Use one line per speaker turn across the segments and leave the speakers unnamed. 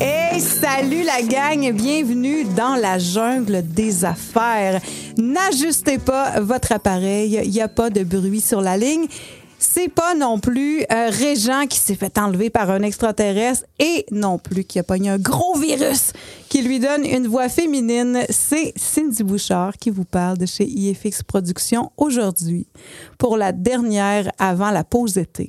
Hey, salut la gang, bienvenue dans la jungle des affaires. N'ajustez pas votre appareil, il n'y a pas de bruit sur la ligne. C'est pas non plus euh, Régent qui s'est fait enlever par un extraterrestre et non plus qui a pogné un gros virus qui lui donne une voix féminine. C'est Cindy Bouchard qui vous parle de chez IFX Productions aujourd'hui pour la dernière avant la pause d'été.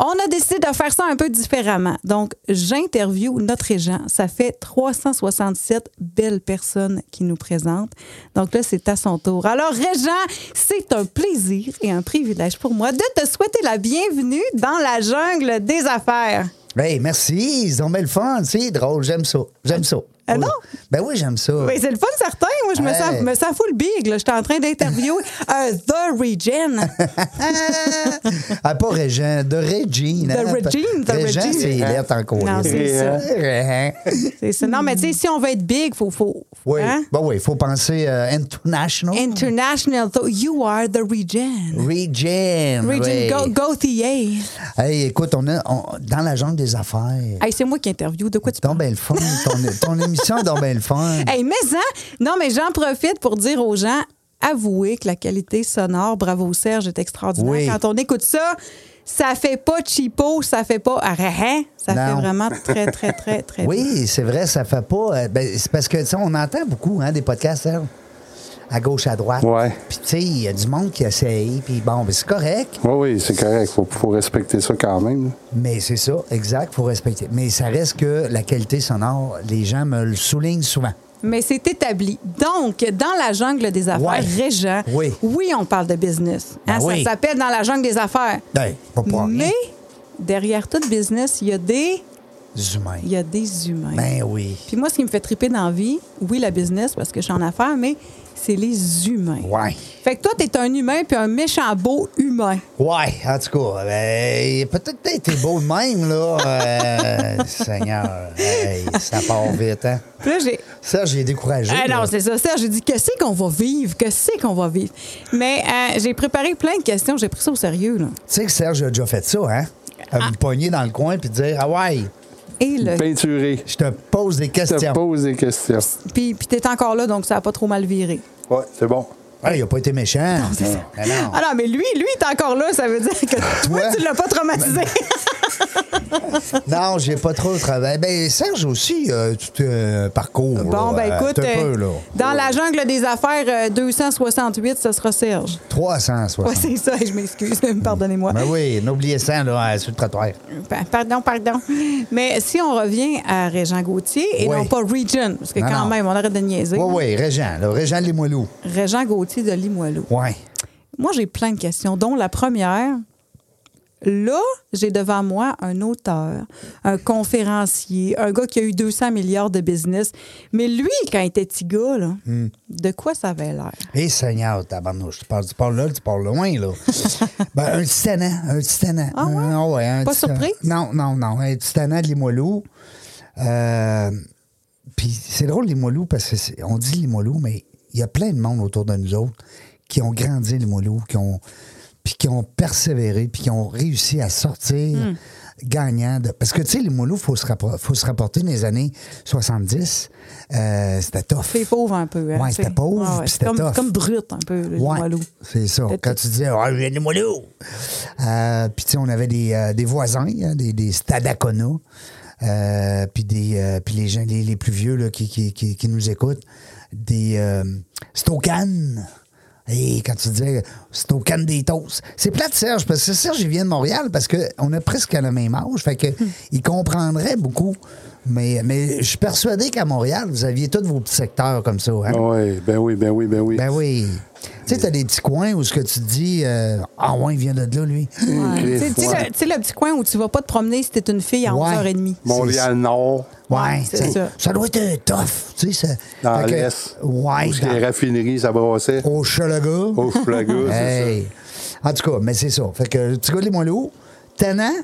On a décidé de faire ça un peu différemment. Donc, j'interviewe notre régent. Ça fait 367 belles personnes qui nous présentent. Donc là, c'est à son tour. Alors, régent, c'est un plaisir et un privilège pour moi de te souhaiter la bienvenue dans la jungle des affaires.
Hey, Ben, merci, ils ont belle fun, c'est drôle, j'aime ça, j'aime ça.
Ah non?
Oui. Ben oui, j'aime ça.
Ben, c'est le fun certain. Moi, je me
Ouais.
sens, me sens full big. là. J'étais en train d'interviewer un The Regen.
ah, pas Régent, de Régine. hein?
De Régine, de
Régent,
Régine.
c'est lettre en
Non,
courrier.
c'est ça.
Régent.
C'est ça. Non, mais tu sais, si on veut être big, faut. faut
Oui,
hein?
ben oui, il faut penser euh, international.
International. So you are the Regen.
Régine.
Regine
oui.
Go- Gauthier.
Hey, écoute, on est dans la jungle des affaires.
Hey, c'est moi qui interview. De quoi tu
Ton belle fun, ton, ton émission est donc belle fun.
parles? Hey, mais ça, non, mais j'en profite pour dire aux gens, avouez que la qualité sonore, bravo Serge, est extraordinaire.
Oui.
Quand on écoute ça, ça fait pas cheapo, ça fait pas rien. Ça
Non.
fait vraiment très, très, très, très bien.
Oui, c'est vrai, ça fait pas. euh, ben, c'est parce que, tu sais, on entend beaucoup hein, des podcasts, hein, à gauche, à droite.
Ouais.
Puis, tu sais, il y a du monde qui essaye, puis bon, ben, c'est correct,
Oui, oui, c'est correct. Faut, faut respecter ça quand même.
mais c'est ça, exact, faut respecter. Mais ça reste que la qualité sonore, les gens me le soulignent souvent.
Mais c'est établi. Donc, dans la jungle des affaires,
Ouais.
Régent,
Oui.
on parle de business. Hein,
Ben
ça
oui.
s'appelle dans la jungle des affaires.
Ben, pas pour rien.
Mais derrière tout business, il y a des,
Les humains.
il y a des humains.
Ben oui.
Puis moi, ce qui me fait triper dans la vie, oui, la business, parce que je suis en affaires, mais c'est les humains.
Ouais.
Fait que toi, t'es un humain puis un méchant beau humain.
Ouais, en tout cas, ben, peut-être que t'es beau de même, là. euh, Seigneur, hey, ça part vite, hein.
Puis là, j'ai.
Ça, j'ai découragé.
Ah non,
là.
c'est ça, Serge. J'ai dit, que c'est qu'on va vivre? Que c'est qu'on va vivre? Mais euh, j'ai préparé plein de questions. J'ai pris ça au sérieux, là.
Tu sais que Serge a déjà fait ça, hein? À
Ah.
me pogner dans le coin puis dire Ah ouais,
Et là.
Ben-
Peinturer.
je te pose des
Je te
questions.
pose des questions.
Puis, puis t'es encore là, donc ça a pas trop mal viré.
Ouais, c'est bon.
Ouais, il a pas été méchant.
c'est ça.
Mais non.
Ah non, mais lui, lui, il est encore là. Ça veut dire que toi,
Toi? Ben,
tu l'as pas traumatisé.
Non, j'ai pas trop travaillé. Ben, Serge aussi, euh, tout euh, parcours. là,
Bon, ben
euh,
écoute,
un peu,
euh,
là.
dans la jungle des affaires, euh, 268, ce sera Serge. Ouais,
360.
c'est ça, je m'excuse, pardonnez-moi.
Ben oui, n'oubliez ça, là, euh, sur le trottoir.
Pa- Pardon, pardon. Mais si on revient à Régent Gauthier et
Oui.
non pas Region, parce que
Non,
quand
non.
même, on arrête de niaiser.
Oui, oui, Régent, là, Régent Limoilou.
Régent Gauthier de Limoilou.
Ouais.
Moi, j'ai plein de questions, dont la première. Là, j'ai devant moi un auteur, un conférencier, un gars qui a eu 200 milliards de business. Mais lui, quand il était petit gars, là,
Hmm.
de quoi ça avait l'air?
Eh Seigneur, tabarnouche, tu parles, tu parles là, tu parles loin, là. ben, un petit tannant, un petit tannant.
Ah ouais?
Un- ah ouais, un
Pas
petit-
surprise?
Non, non, non, un petit tannant de Limoilou. Euh, Puis c'est drôle, Limoilou, parce que c'est- on dit Limoilou, mais il y a plein de monde autour de nous autres qui ont grandi Limoilou, qui ont puis qui ont persévéré, puis qui ont réussi à sortir
Hmm.
gagnant. de- Parce que, tu sais, Limoilou, il faut, se rappro- faut se rapporter dans les années 70. Euh, c'était tough.
C'est pauvre un peu. Hein,
Ouais,
tu sais.
c'était pauvre,
Ah ouais,
puis
c'est
c'était
comme,
tough.
c'est comme brut un peu, le
Ouais,
Limoilou.
C'est ça.
Peut-être
Quand tu disais, ah, je viens de Limoilou. Euh, Puis, tu sais, on avait des, euh, des voisins, hein, des, des stadaconas. Euh, puis des euh, puis les gens les, les plus vieux là, qui, qui, qui, qui nous écoutent des euh, Stocanes et quand tu disais Stocanes des toasts c'est plate Serge parce
Hmm.
que Serge il vient de Montréal parce que on a presque le même âge fait que il comprendrait beaucoup Mais, mais je suis persuadé qu'à Montréal, vous aviez tous vos petits secteurs comme ça. Hein?
Ah ouais, ben oui, ben oui, ben oui.
Ben oui. Tu sais, t'as des petits coins où ce que tu te dis, euh, ah ouais, il vient de là, lui.
Hum,
Tu
Chris,
sais, tu sais,
ouais.
le- tu sais, le petit coin où tu vas pas te promener si t'es une fille à
Ouais.
11h30.
Montréal Nord,
Ouais,
c'est
t'sais,
ça.
ça. doit être un tough, tu sais. ça-
dans
Fait que-
l'Est.
Ouais,
Où ce que les
dans-
raffineries, ça brassait.
au Chalaga.
Au Flaga, c'est
Hey. En tout cas, mais c'est ça. Fait que tu gars les moins lourds, tannant,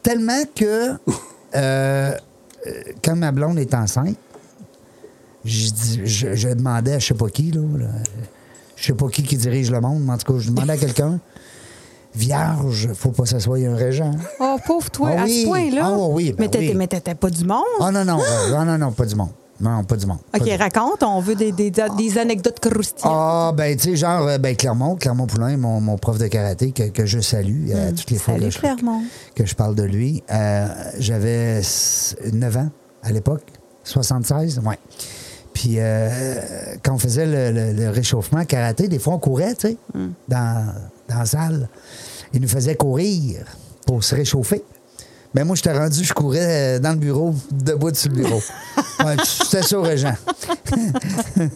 tellement que euh, euh, quand ma blonde est enceinte, je, dis- je, je demandais à je sais pas qui, là, là, je sais pas qui qui dirige le monde, mais en tout cas, je demandais à quelqu'un, vierge, faut pas que ça soit un régent.
Oh, pauvre toi,
Ah
à
oui.
ce point-là.
Ah oui, ben
mais t'étais-
oui.
mais t'étais pas du monde.
Ah non, non, non, non, non, pas du monde. Non, pas du monde. Pas
OK,
du monde.
raconte, on veut des, des, des anecdotes croustillantes.
Ah, ben, tu sais, genre, euh, ben, Clermont, Clermont Poulain, mon, mon prof de karaté que, que je salue euh, toutes les fois
Hmm. Salut,
que je,
Clermont.
que je parle de lui. Euh, J'avais s- 9 ans à l'époque, 76, ouais. Puis, euh, quand on faisait le, le- le réchauffement karaté, des fois, on courait, tu sais,
Hmm.
dans, dans la salle. Il nous faisait courir pour se réchauffer. Mais moi, j'étais rendu, je courais euh, dans le bureau, debout sur le bureau. Ouais, C'était ça, Régent. Fait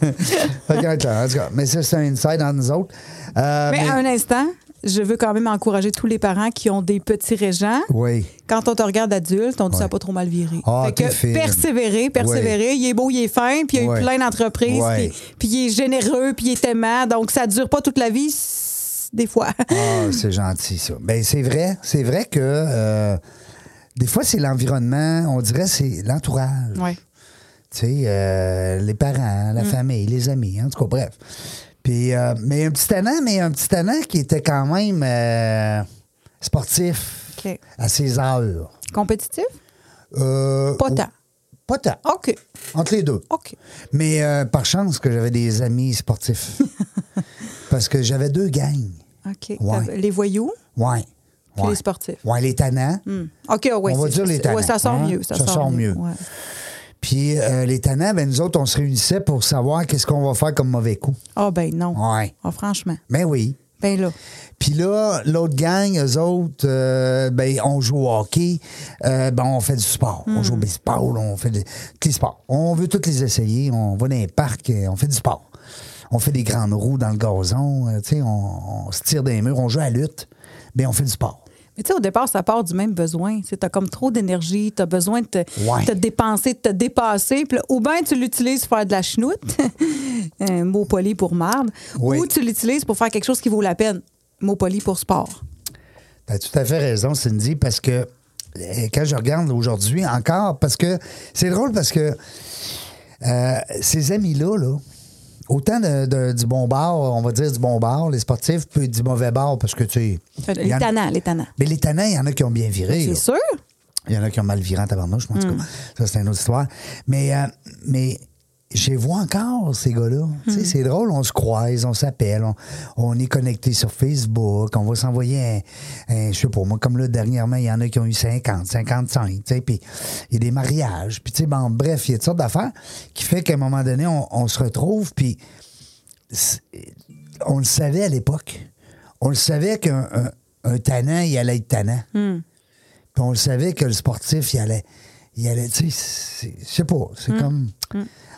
que, en tout cas, mais ça, c'est un inside entre nous autres. Euh,
Mais
mais-
un instant, je veux quand même encourager tous les parents qui ont des petits régents.
Oui.
Quand on te regarde adulte, on dit ça a pas trop mal viré.
Ah,
fait
t'es
que
fine.
persévérer, persévérer. Il est beau, il est fin, puis il y a eu
Ouais.
plein d'entreprises,
Ouais.
puis- puis il est généreux, puis il est aimant. Donc, ça dure pas toute la vie, s- des fois.
Ah, c'est gentil, ça. Ben, c'est vrai. C'est vrai que euh, des fois, c'est l'environnement, on dirait c'est l'entourage.
Ouais. Mm.
Tu sais, euh, les parents, la famille, les amis, en tout cas, bref. Puis, euh, mais un petit talent, mais un petit talent qui était quand même euh, sportif
OK.
à ses heures.
Compétitif?
Euh,
Pas tant.
Pas tant.
OK.
Entre les deux.
OK.
Mais euh, par chance que j'avais des amis sportifs. Parce que j'avais deux gangs.
OK.
Ouais.
T'as- Les voyous,
Ouais.
puis
ouais.
les sportifs.
Ouais, les tannants.
Hmm. OK, ah ouais,
On va
c'est-
dire les
c'est-
talents,
ouais, ça sort
hein?
mieux. Ça,
Ça sort mieux.
Ouais.
Puis euh, les tannants, ben, nous autres, on se réunissait pour savoir qu'est-ce qu'on va faire comme mauvais coup.
Ah, ben non.
Ouais.
Ah, franchement.
Ben oui.
Ben là.
Puis là, l'autre gang, eux autres, euh, ben, on joue au hockey, euh, ben, on fait du sport. On joue au baseball, on fait des- tous les sports. On veut tous les essayer, on va dans les parcs, euh, on fait du sport. On fait des grandes roues dans le gazon, euh, tu sais, on, on se tire des murs, on joue à la lutte, ben, on fait du sport.
Mais tu sais, au départ, ça part du même besoin. Tu as comme trop d'énergie, tu as besoin de te,
Ouais.
te dépenser, de te dépasser. Puis là, ou bien tu l'utilises pour faire de la chenoute, un mot poli pour marde,
Oui.
ou tu l'utilises pour faire quelque chose qui vaut la peine, mot poli pour sport.
T'as tout à fait raison, Cindy, parce que euh, quand je regarde aujourd'hui encore, parce que c'est drôle parce que euh, ces amis-là, là, autant de- de- du bon bar, on va dire du bon bar, les sportifs, puis du mauvais bar, parce que tu sais. il y
Les
en a-
tannants, les tannants.
Mais les tannants, il y en a qui ont bien viré.
C'est
là.
sûr?
Il y en a qui ont mal viré en tabarnouche, mais en tout cas, ça, c'est une autre histoire. Mais, euh, mais je les vois encore, ces gars-là. Tu sais, C'est drôle, on se croise, on s'appelle, on, on est connecté sur Facebook, on va s'envoyer un, un- je sais pas moi, comme là, dernièrement, il y en a qui ont eu 50, 55, tu sais, puis il y a des mariages, puis tu sais, bon, bref, il y a toutes sortes d'affaires qui fait qu'à un moment donné, on, on se retrouve, puis c'est- on le savait à l'époque. On le savait qu'un un, un tannant, il allait être tannant.
Hmm.
Puis on le savait que le sportif, il allait. Il allait, tu sais, c'est- je sais pas, c'est comme.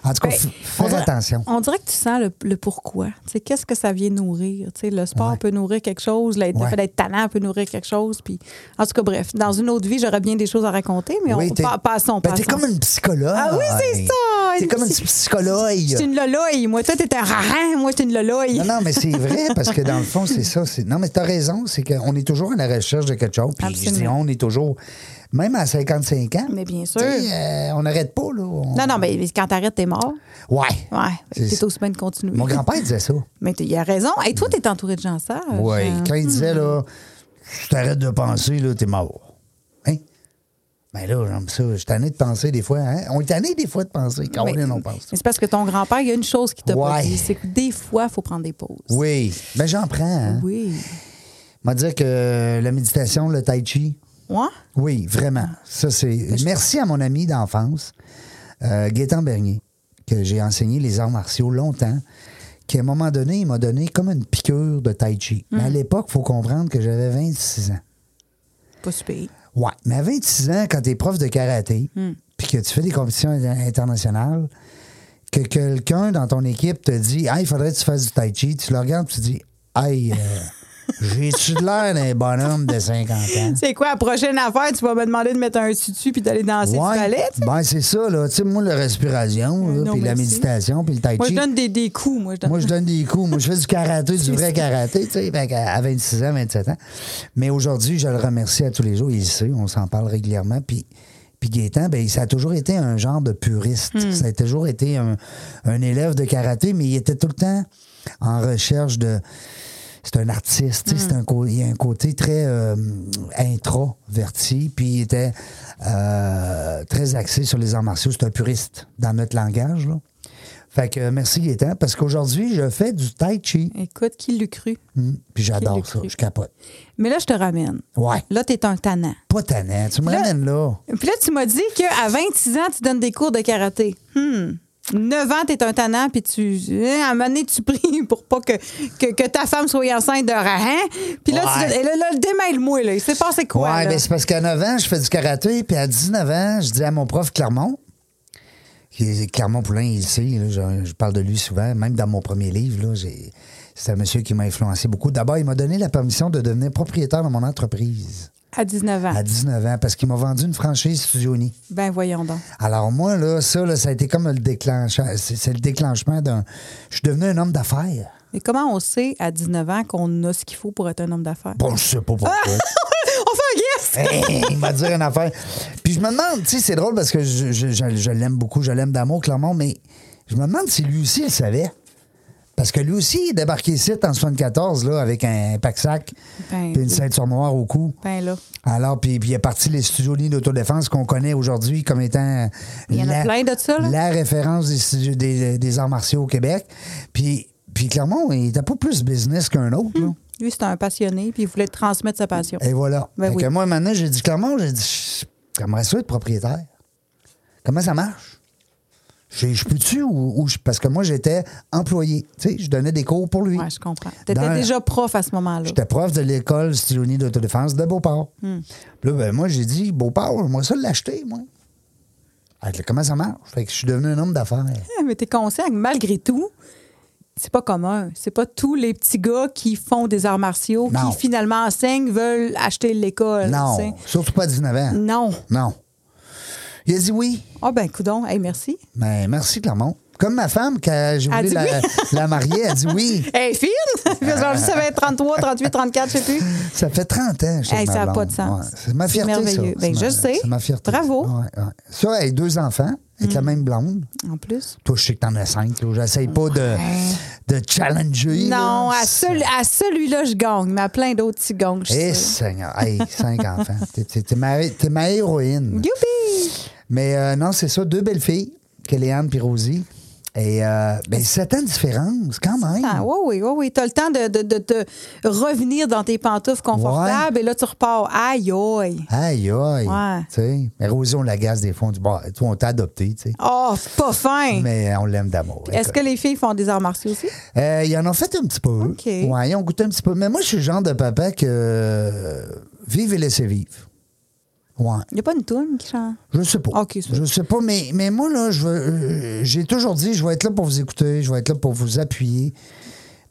En tout cas,
Hmm. Ben,
f-
on
faire
dirait-
attention.
On dirait que tu sens le, le pourquoi. Tu sais, Qu'est-ce que ça vient nourrir? Tu sais, le sport
Ouais.
peut nourrir quelque chose, le le
Ouais.
fait d'être talent peut nourrir quelque chose. Puis, en tout cas, bref, dans une autre vie, j'aurais bien des choses à raconter, mais
Oui,
on,
t'es-
pa- passons,
Ben, t'es
passons.
comme une psychologue.
Ah oui, c'est ça!
T'es
Une
comme une
psy-
psychologue.
Je suis une loloille. Moi, toi, t'es un rarin. Moi, t'es une loloille.
Non, non, mais c'est vrai, parce que dans le fond, c'est ça. c'est- Non, mais t'as raison, c'est qu'on est toujours à la recherche de quelque chose. Puis je dis,
Absolument.
on est toujours, même à 55 ans.
Mais bien sûr.
tu sais, euh, on n'arrête pas, là. on-
Non, non, mais quand t'arrêtes, t'es mort.
Ouais.
Ouais.
C'est
T'es
ça.
aux semaines continues.
Mon grand-père disait ça.
Mais t'as- il a raison. Et toi, t'es entouré de gens sages.
Oui.
Euh,
Quand il disait, là, je t'arrête de penser, là, t'es mort. Hein? Ben là, j'aime ça. Je suis tanné de penser des fois. Hein? On est tanné des fois de penser. Quand
mais-
on on pense.
mais C'est parce que ton grand-père, il y a une chose qui t'a pas
Ouais.
dit. C'est que des fois, il faut prendre des pauses.
Oui. Ben j'en prends. Hein?
Oui.
M'a dire que la méditation, le tai chi,
Ouais?
oui, vraiment. Ça, c'est. Merci à mon ami d'enfance, euh, Gaétan Bernier, que j'ai enseigné les arts martiaux longtemps, qui à un moment donné, il m'a donné comme une piqûre de tai chi. Mais à l'époque, il faut comprendre que j'avais 26 ans.
Pas super. Hmm.
Ouais, mais à 26 ans, quand t'es prof de karaté, puis que tu fais des compétitions internationales, que quelqu'un dans ton équipe te dit Ah, il faudrait que tu fasses du tai chi, tu le regardes et tu dis Aïe, euh, j'ai-tu de l'air d'un bonhomme de 50 ans?
C'est quoi la prochaine affaire? Tu vas me demander de mettre un tutu puis d'aller danser du ballet? tu sais?
ben c'est ça, là. Tu sais, moi, la
Euh,
respiration, là,
non,
puis la
merci.
méditation, puis le tai chi.
Moi, je donne des, des coups. Moi, je donne.
Moi, je donne des coups. Moi, je fais du karaté, du vrai karaté, tu sais, fait qu'à- à 26 ans, 27 ans. Mais aujourd'hui, je le remercie à tous les jours. Il le sait, on s'en parle régulièrement. Puis, puis Gaétan, ben, ça a toujours été un genre de puriste. Ça a toujours été un, un élève de karaté, mais il était tout le temps en recherche de. C'est un artiste, tu sais, c'est un, cô- il y a un côté très euh, introverti, puis il était euh, très axé sur les arts martiaux. C'est un puriste dans notre langage. Là. Fait que euh, merci Gaétan, parce qu'aujourd'hui, je fais du tai chi.
Écoute, qui l'eût cru?
Hum, Puis
Qui
j'adore
l'a
ça,
cru?
je capote.
Mais là, je te ramène.
Ouais,
Là, t'es un tannant.
pas tannant. Tu me
Là-
ramènes là.
Puis là, tu m'as dit qu'à 26 ans, tu donnes des cours de karaté. Hmm. 9 ans, t'es un tannant, puis tu. hein, À un moment donné, tu pries pour pas que, que, que ta femme soit enceinte de Rahan. Puis là, tu.
Ouais.
et Là, là, démêle-moi, là. Il s'est passé quoi?
ouais,
là?
ben, c'est parce qu'à 9 ans, je fais du karaté, puis à 19 ans, je dis à mon prof Clermont, qui est Clermont Poulain, il le sait, là, je, je parle de lui souvent, même dans mon premier livre, là, j'ai- c'est un monsieur qui m'a influencé beaucoup. D'abord, il m'a donné la permission de devenir propriétaire de mon entreprise
À 19 ans.
à 19 ans, parce qu'il m'a vendu une franchise Studioni.
Ben, voyons donc.
Alors moi, là, ça, là, ça a été comme le déclencheur. C'est c'est le déclenchement d'un... Je suis devenu un homme d'affaires.
Mais comment on sait à 19 ans qu'on a ce qu'il faut pour être un homme d'affaires?
Bon, je sais pas pourquoi.
Ah! On fait un guess!
Hey, il m'a dit une affaire. Puis je me demande, tu sais, c'est drôle parce que je, je- je- je l'aime beaucoup, je l'aime d'amour, Clermont, mais je me demande si lui aussi il savait. Parce que lui aussi, il est débarqué ici en 74, là, avec un pack-sac,
Ben,
puis une ceinture noire au cou.
Ben là,
Alors, puis, puis il est parti les studios lignes d'autodéfense qu'on connaît aujourd'hui comme étant
Il y en a plein de ça, là.
la référence des, studios- des, des arts martiaux au Québec. Puis, puis Clermont, il n'était pas plus business qu'un autre, là.
lui, c'est un passionné, puis il voulait te transmettre sa passion.
Et voilà.
Ben
Fait
oui.
que moi, maintenant, j'ai dit clairement, j'ai dit, Chut, j'aimerais ça être propriétaire. Comment ça marche? Je, je peux-tu ou, ou je- Parce que moi, j'étais employé. Tu sais, je donnais des cours pour lui.
Ouais, je comprends. T'étais
Dans-
déjà prof à ce moment-là.
J'étais prof de l'école Stylonie d'autodéfense de Beauport.
Hmm.
Puis Là, ben, moi, j'ai dit, Beauport, moi, ça, l'acheter, moi. Fait que là, comment ça marche? Fait que je suis devenu un homme d'affaires.
Ah, Mais t'es conscient que malgré tout, c'est pas commun. C'est pas tous les petits gars qui font des arts martiaux,
Non.
qui finalement enseignent, veulent acheter l'école.
non,
tu sais.
surtout pas à 19 ans.
Non.
Non. Il a dit oui.
Ah ben, coudon, hey, merci.
Ben, merci, Clermont. Comme ma femme, quand j'ai
Elle
voulu
dit
la,
oui.
la marier, elle dit oui.
Hey, fine! Parce que ça va être 33, 38, 34, je sais plus.
Ça fait 30 ans, chez
Hey, ça
ma
a
blonde.
pas de sens.
Ouais, C'est ma
C'est
fierté, ça.
merveilleux. Ben,
C'est ma-
je sais.
C'est ma fierté.
Bravo. Hmm.
Ouais, ouais. Ça, avec deux enfants, avec la même blonde.
En plus.
Toi, je sais que t'en as cinq. là. J'essaye pas de, de challenger.
Non,
là.
à, celui- à celui-là, je gagne, mais à plein d'autres, tu gagnes. je
Eh,
sais.
Seigneur. Hey, cinq enfants. T'es- T'es t'es ma, t'es ma héroïne.
Youpi!
Mais euh, non, c'est ça. Deux belles filles, Kéléane et Rosie. Et euh, ben, sept ans de différence, quand même.
Ah, oui, oui, oui, oui. T'as le temps de, de, de, de revenir dans tes pantoufles confortables et là, tu repars. Aïe, aïe.
Aïe, aïe.
Ouais.
Tu sais, Mais Rosie, on la gaze des fois. On dit, bon, toi, on t'a adopté, tu sais.
Oh, c'est pas fin.
Mais on l'aime d'amour.
Est-ce que les filles font des arts martiaux aussi?
Euh, ils en ont fait un petit peu.
OK.
Ouais, ils ont goûté un petit peu. Mais moi, je suis le genre de papa que euh, vive et laissez vivre. Ouais.
Il n'y a pas une toune qui chante.
Je sais pas.
OK, c'est-
je sais pas, mais, mais moi, là, je veux- euh, j'ai toujours dit, je vais être là pour vous écouter, je vais être là pour vous appuyer,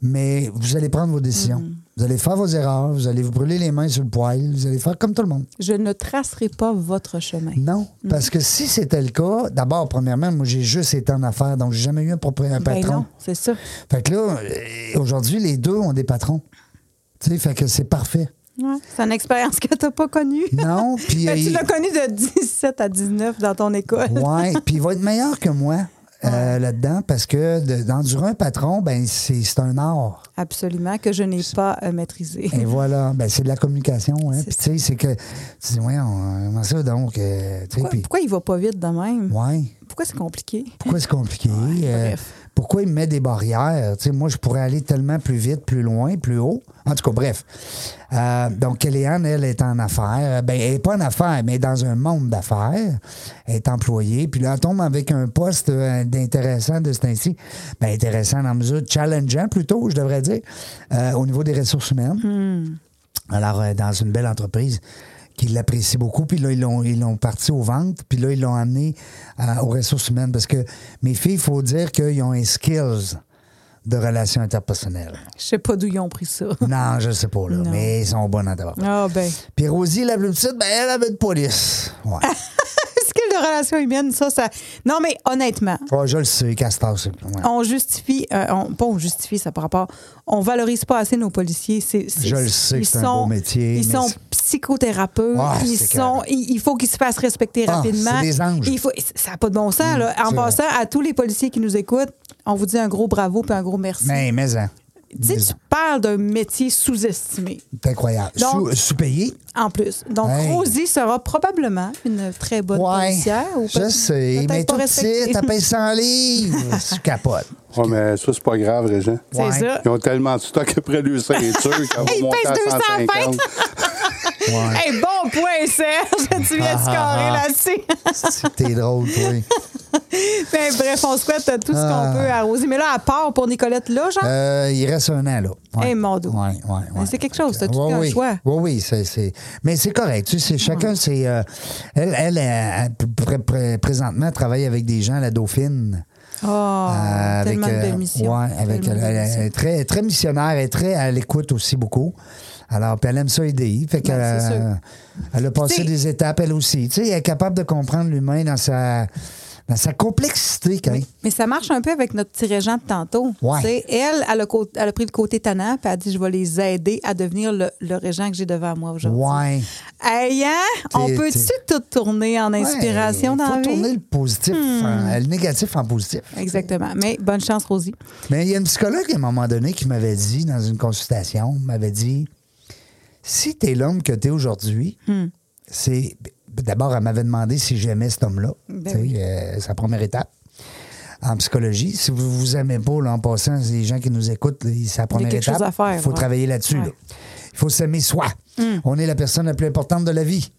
mais vous allez prendre vos décisions.
Mm.
Vous allez faire vos erreurs, vous allez vous brûler les mains sur le poil, vous allez faire comme tout le monde.
Je ne tracerai pas votre chemin.
Non, parce que si c'était le cas, d'abord, premièrement, moi, j'ai juste été en affaires, donc j'ai jamais eu un, propri- un
Ben
patron.
non, c'est ça.
Fait que là, euh, aujourd'hui, les deux ont des patrons. Tu sais, fait que c'est parfait.
Ouais, c'est une expérience que tu n'as pas connue.
Non, puis.
Mais Ben, tu
euh,
l'as connue de 17 à 19 dans ton école.
ouais, puis il va être meilleur que moi euh, là-dedans parce que de- d'endurer un patron, ben c'est c'est un art.
Absolument, que je n'ai pas euh, maîtrisé.
Et voilà, ben c'est de la communication. Hein.
C'est
Puis tu sais, c'est que. Tu dis, ouais, on, comment ça donc? euh, tu sais,
Pourquoi,
puis.
pourquoi il va pas vite de même?
Ouais.
Pourquoi c'est compliqué?
Pourquoi c'est compliqué? Euh,
bref.
pourquoi il me met des barrières? Tu sais, moi, je pourrais aller tellement plus vite, plus loin, plus haut. En tout cas, bref. Euh, donc, Kéléane, elle est en affaires. Ben, elle n'est pas en affaires, mais dans un monde d'affaires. Elle est employée. Puis là, elle tombe avec un poste euh, d'intéressant de ce temps-ci. Ben, intéressant dans la mesure, challengeant plutôt, je devrais dire, euh, au niveau des ressources humaines. Alors, euh, dans une belle entreprise qui l'apprécient beaucoup. Puis là, ils l'ont, ils l'ont parti aux ventes. Puis là, ils l'ont amené à- aux ressources humaines. Parce que mes filles, il faut dire qu'ils ont un skills de relations interpersonnelles.
Je sais pas d'où ils ont pris ça.
non, je sais pas, là.
Non.
Mais ils sont bonnes à tabac.
Ah ben.
Puis Rosie, la plus petite, ben, elle avait de police. Ouais.
Est-ce que les relations humaines, ça, ça. Non, mais honnêtement,
Ouais, je le sais, Castor. c'est- ouais.
on justifie, euh, on, pas on justifie ça par rapport, on valorise pas assez nos policiers. C'est, c'est-
Je le sais que
ils
c'est un
sont-
beau métier,
Ils
mais
sont
c'est-
psychothérapeutes.
Ah,
ils
c'est
sont, il, il faut qu'ils se fassent respecter
Ah,
rapidement.
c'est des anges. Hmm,
Il faut, ça n'a pas de bon sens. là. En
c'est vrai.
passant, à tous les policiers qui nous écoutent, on vous dit un gros bravo puis un gros merci.
Mais, mais, hein.
tu sais, tu parles d'un métier sous-estimé,
C'est incroyable.
Donc-
Sous- Sous-payé?
en plus. Donc,
Hey.
Rosie sera probablement une très bonne policière. ou
je
peut-
sais,
peut-être
mais
pas
tout de
respectée.
suite, elle paye 100 livres. Tu capotes.
Ouais, mais ça, c'est pas grave, Régent.
C'est
Ouais.
ça.
Ils ont tellement de stock après deux ceintures qu'on va
Ils
monter à
pèsent
150.
Hey, bon point, Serge. tu
Ah,
viens de scorer là-dessus.
C'est- T'es drôle, toi.
Mais bref, on souhaite tout ce
Ah.
qu'on peut à Rosie. Mais là, à part pour Nicolette, là, genre,
Euh, il reste un an, là.
Eh, mon Dieu.
Ouais, ouais, ouais.
Mais c'est quelque chose, t'as tout
Ouais,
un
oui.
choix.
Oui, oui, c'est- c'est. Mais c'est correct. Tu sais, c'est- chacun, c'est. euh, elle, elle, euh, pr- pr- pr- présentement, elle travaille avec des gens à la Dauphine.
oh,
Euh,
tellement
euh,
de missions.
ouais, avec euh,
Tellement de
elle, elle
missions.
est très, très missionnaire, elle est très à l'écoute aussi beaucoup. Alors, puis elle aime ça aider. Fait que,
Ben, c'est
euh, elle a passé
Tu sais-
des étapes, elle aussi. Tu sais, elle est capable de comprendre l'humain dans sa, dans sa complexité. Quand même.
Mais ça marche un peu avec notre petit régent de tantôt.
Ouais.
Tu sais, Elle, elle a, co- elle a pris le côté tannant, puis elle a dit Je vais les aider à devenir le, le régent que j'ai devant moi aujourd'hui.
Ouais.
Hey, hein? On
T'es-
peut-tu tout tourner en inspiration
Ouais,
dans la
Il faut
vie? Hmm.
tourner le positif, en- euh, le négatif en positif.
Exactement. Mais bonne chance, Rosie.
Mais il y a une psychologue à un moment donné qui m'avait dit, dans une consultation, m'avait dit si t'es l'homme que t'es aujourd'hui,
Hmm.
c'est. D'abord, elle m'avait demandé si j'aimais cet homme-là.
Ben
Tu sais,
oui.
euh, c'est la première étape. En psychologie, si vous vous aimez pas, là, en passant, les gens qui nous écoutent, là, c'est la première
quelque
étape.
chose à faire,
Il faut
ouais.
travailler là-dessus.
Ouais. Hmm.
là. Il faut s'aimer soi. On est la personne la plus importante de la vie.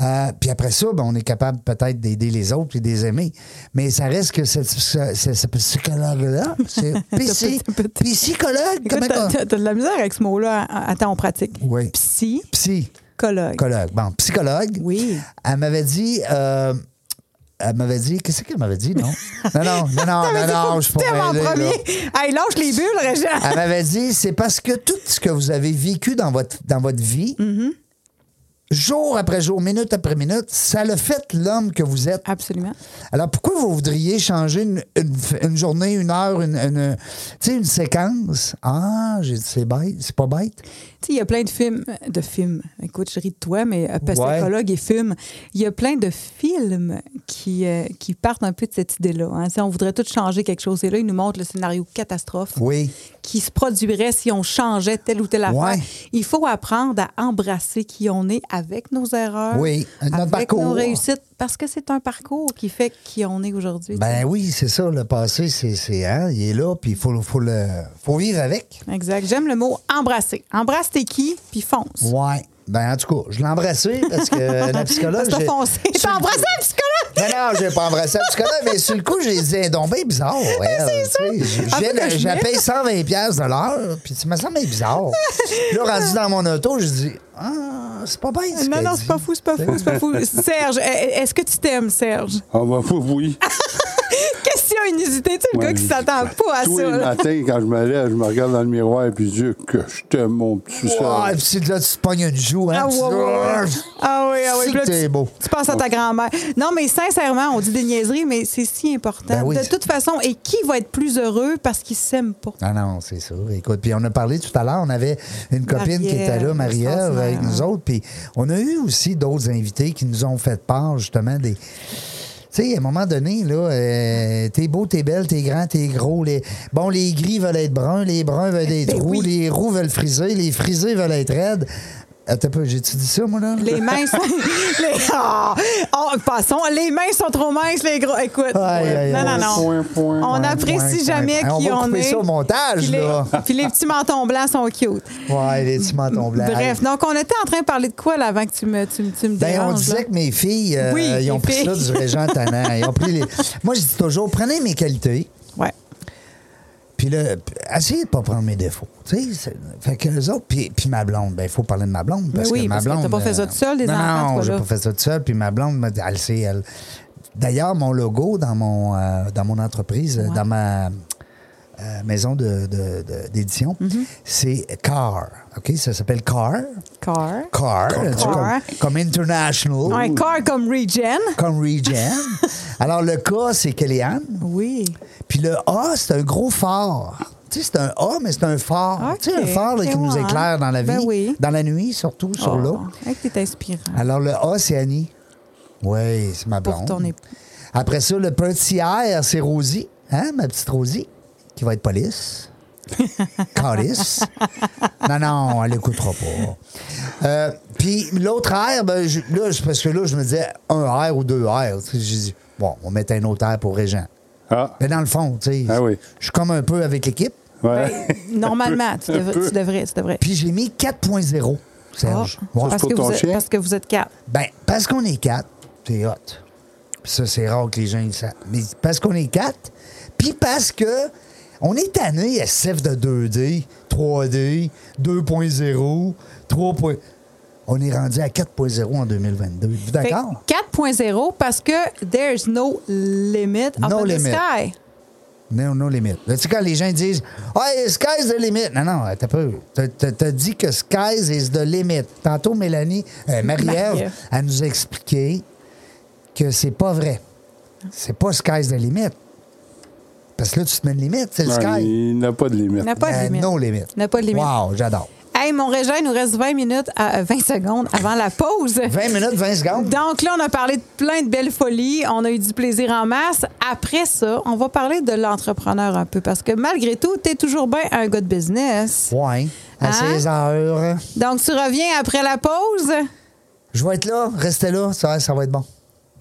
Euh, puis après ça, ben, on est capable peut-être d'aider les autres et de les aimer. Mais ça reste que cette, ce, ce- ce psychologue-là, c'est psy-
T'as peut- t'as peut-
psychologue,
Écoute,
comment
t'as
qu'on-
t'as- t'as de la misère avec ce mot-là. Attends, on pratique.
Oui.
Psy.
psychologue.
Psychologue.
Bon, psychologue.
Oui.
Elle m'avait dit. euh, elle m'avait dit. Qu'est-ce qu'elle m'avait dit, non? Non, non, non, non, non, non, je suis
T'aimes
pas
en
mêlé, là. Ah.
premier. Hey, lâche les bulles, Régent.
Elle m'avait dit c'est parce que tout ce que vous avez vécu dans votre, dans votre vie,
Mm-hmm.
jour après jour, minute après minute, ça le fait l'homme que vous êtes.
Absolument.
Alors, pourquoi vous voudriez changer une, une f- une journée, une heure, une, une- tu sais, une séquence? Ah, j'ai dit, c'est bête, c'est pas bête.
Tu sais, il y a plein de films. De films. Écoute, je ris de toi, mais euh, parce que
Ouais.
psychologue et film. Il y a plein de films qui, euh, qui partent un peu de cette idée-là. hein. Si on voudrait tout changer quelque chose. Et là, ils nous montrent le scénario catastrophe
Oui.
qui se produirait si on changeait telle ou telle affaire.
Ouais.
Il faut apprendre à embrasser qui on est avec nos erreurs.
Oui, notre
avec
parcours.
nos réussites. Parce que c'est un parcours qui fait qui on est aujourd'hui.
Ben oui, c'est ça, le passé, c'est, c'est, hein, il est là, puis il faut, le- faut le, faut vivre avec.
Exact. J'aime le mot embrasser. Embrasse tes qui, puis fonce.
Ouais. Ben, en tout cas, je l'ai embrassé parce que la psychologue.
Parce que
j'ai-
t'as foncé.
sur
T'as
le-
embrassé un psychologue!
Non, non, j'ai pas embrassé la psychologue, mais sur le coup, j'ai dit, elle est donc bien bizarre. Elle, tu sais,
Ah,
j'ai-
faut que je
j'ai- J'ai
mette.
payé 120 pièces de l'heure, puis tu me semble bien bizarre. là, rendu dans mon auto, j'ai dit, ah, c'est pas bien. ce
Non,
qu'elle
non,
dit.
c'est pas fou, c'est pas fou, c'est pas fou. Serge, euh, est-ce que tu t'aimes, Serge?
Ah, bah, oui.
Question inusitée, tu sais, le
Ouais,
gars qui
mais-
s'attend pas à
Tous
Ah, ça.
les
là.
matins, quand je me lève, je me regarde dans le miroir et puis je dis que je t'aime, mon petit
Ouais,
Serge.
puis c'est- là, tu te pognes une joue, hein.
Ah,
puis
ouais,
tu-
ouais, ouais. Ah oui, ah oui.
Si
Puis là,
t'es
tu,
beau.
tu penses à ta grand-mère. Non, mais sincèrement, on dit des niaiseries, mais c'est si important.
Ben oui.
De toute façon, et qui va être plus heureux parce qu'il s'aime pas?
Ah non, c'est ça. Écoute, puis on a parlé tout à l'heure, on avait une copine qui était là,
Marie-Ève,
Marie-Ève, avec
extraordinaire.
nous autres, puis on a eu aussi d'autres invités qui nous ont fait part, justement, des... Tu sais, à un moment donné, là, euh, t'es beau, t'es belle, t'es grand, t'es gros. Les... Bon, les gris veulent être bruns, les bruns veulent être
Ben
roux,
oui.
les roux veulent friser, les frisés veulent être raides. Attends un peu, j'ai-tu dit ça, moi, là?
Les minces. les, Ah! Oh, passons. Les minces sont trop minces, les gros. Écoute.
Aïe, aïe,
non,
aïe.
non, non.
Point, point,
on
point,
n'apprécie
point,
jamais
point.
qui
On va
on
couper
est.
ça au montage,
puis, les-
là.
puis les petits mentons blancs sont cute.
Ouais, les petits mentons blancs.
Bref, donc on était en train de parler de quoi là avant que tu me, tu, me- tu me
Ben,
déranges?
on disait
là?
que mes filles, euh,
Oui,
ils ont
les
pris ça du
filles.
régent tannant. Ils ont pris les... Moi, je dis toujours, prenez mes qualités,
Ouais.
puis Puis là, p- essayez de pas prendre mes défauts. Tu sais, c'est- fait que les autres, puis, puis ma blonde, ben il faut parler de ma blonde parce
Ben oui,
que ma
parce que
blonde.
t'as pas fait ça
euh,
toute seule, les
non,
enfants,
Non,
toi,
j'ai
là.
pas fait ça toute seule. Puis ma blonde, m'a dit- elle sait, elle. D'ailleurs, mon logo dans mon euh, dans mon entreprise,
Ouais.
dans ma euh, maison de- de- de- d'édition,
Mm-hmm.
c'est Car. Ok, ça s'appelle Car.
Car.
Car, tu sais,
Car.
Comme, comme international,
Un car comme Regen.
comme region. Alors le K, c'est Kellyanne.
Oui.
Puis le A, c'est un gros phare. Tu sais, c'est un A, mais c'est un phare.
Ok,
Tu sais, un phare là,
ok,
qui nous
ouais.
éclaire dans la vie,
Ben oui.
dans la nuit, surtout, sur
Oh,
l'eau.
hey, que t'es inspirant.
Alors, le A, c'est Annie. Oui, c'est ma
Pour
blonde.
ton époux.
Après ça, le petit R, c'est Rosie. Hein, ma petite Rosie, qui va être police. Calice. Non, non, elle l'écoutera pas. Euh, Puis l'autre R, ben, je- là, c'est parce que là, je me disais un R ou deux R. Tu sais, J'ai dit, bon, on met un autre R pour Régent.
Ah,
Mais dans le fond, tu sais,
Ah oui.
je suis comme un peu avec l'équipe.
ouais.
Normalement, tu
un
devrais,
peu.
tu devrais. Tu devrais.
Puis j'ai mis 4.0, Serge.
Ah,
Ouais.
parce,
pour
que
ton
vous êtes,
chien?
parce que vous êtes quatre.
Ben, parce qu'on est quatre, c'est hot. Puis ça, c'est rare que les gens le savent. Mais parce qu'on est quatre, puis parce que on est tanné SF de 2D, 3D, 2.0, 3. point- On est rendu à 4.0 en 2022. Vous
Fait que
D'accord?
4.0 parce que there's no limit up
No
in the
limit.
sky.
Non, non, limite. Tu sais, quand les gens disent Hey, sky's the limit. Non, non, t'as peu. T'as- t'as- T'as dit que sky's is the limit. Tantôt, Mélanie, euh, Marie-Ève,
Marie-Ève.
elle nous a expliqué que c'est pas vrai. C'est pas sky's the limit. Parce que là, tu te mets une limite, c'est le
Non,
sky.
il n'a pas de limite.
Il n'y a pas de
Ben,
limite.
No limit.
Il n'y a pas de limite.
Wow, j'adore.
Hey, mon régent, il nous reste 20 minutes à euh, 20 secondes avant la pause.
20 minutes, 20 secondes.
Donc là, on a parlé de plein de belles folies, on a eu du plaisir en masse. Après ça, on va parler de l'entrepreneur un peu parce que malgré tout, tu es toujours bien un gars de business.
Ouais, à
Hein?
16 heures.
Donc tu reviens après la pause.
Je vais être là, restez là, ça, ça va être bon.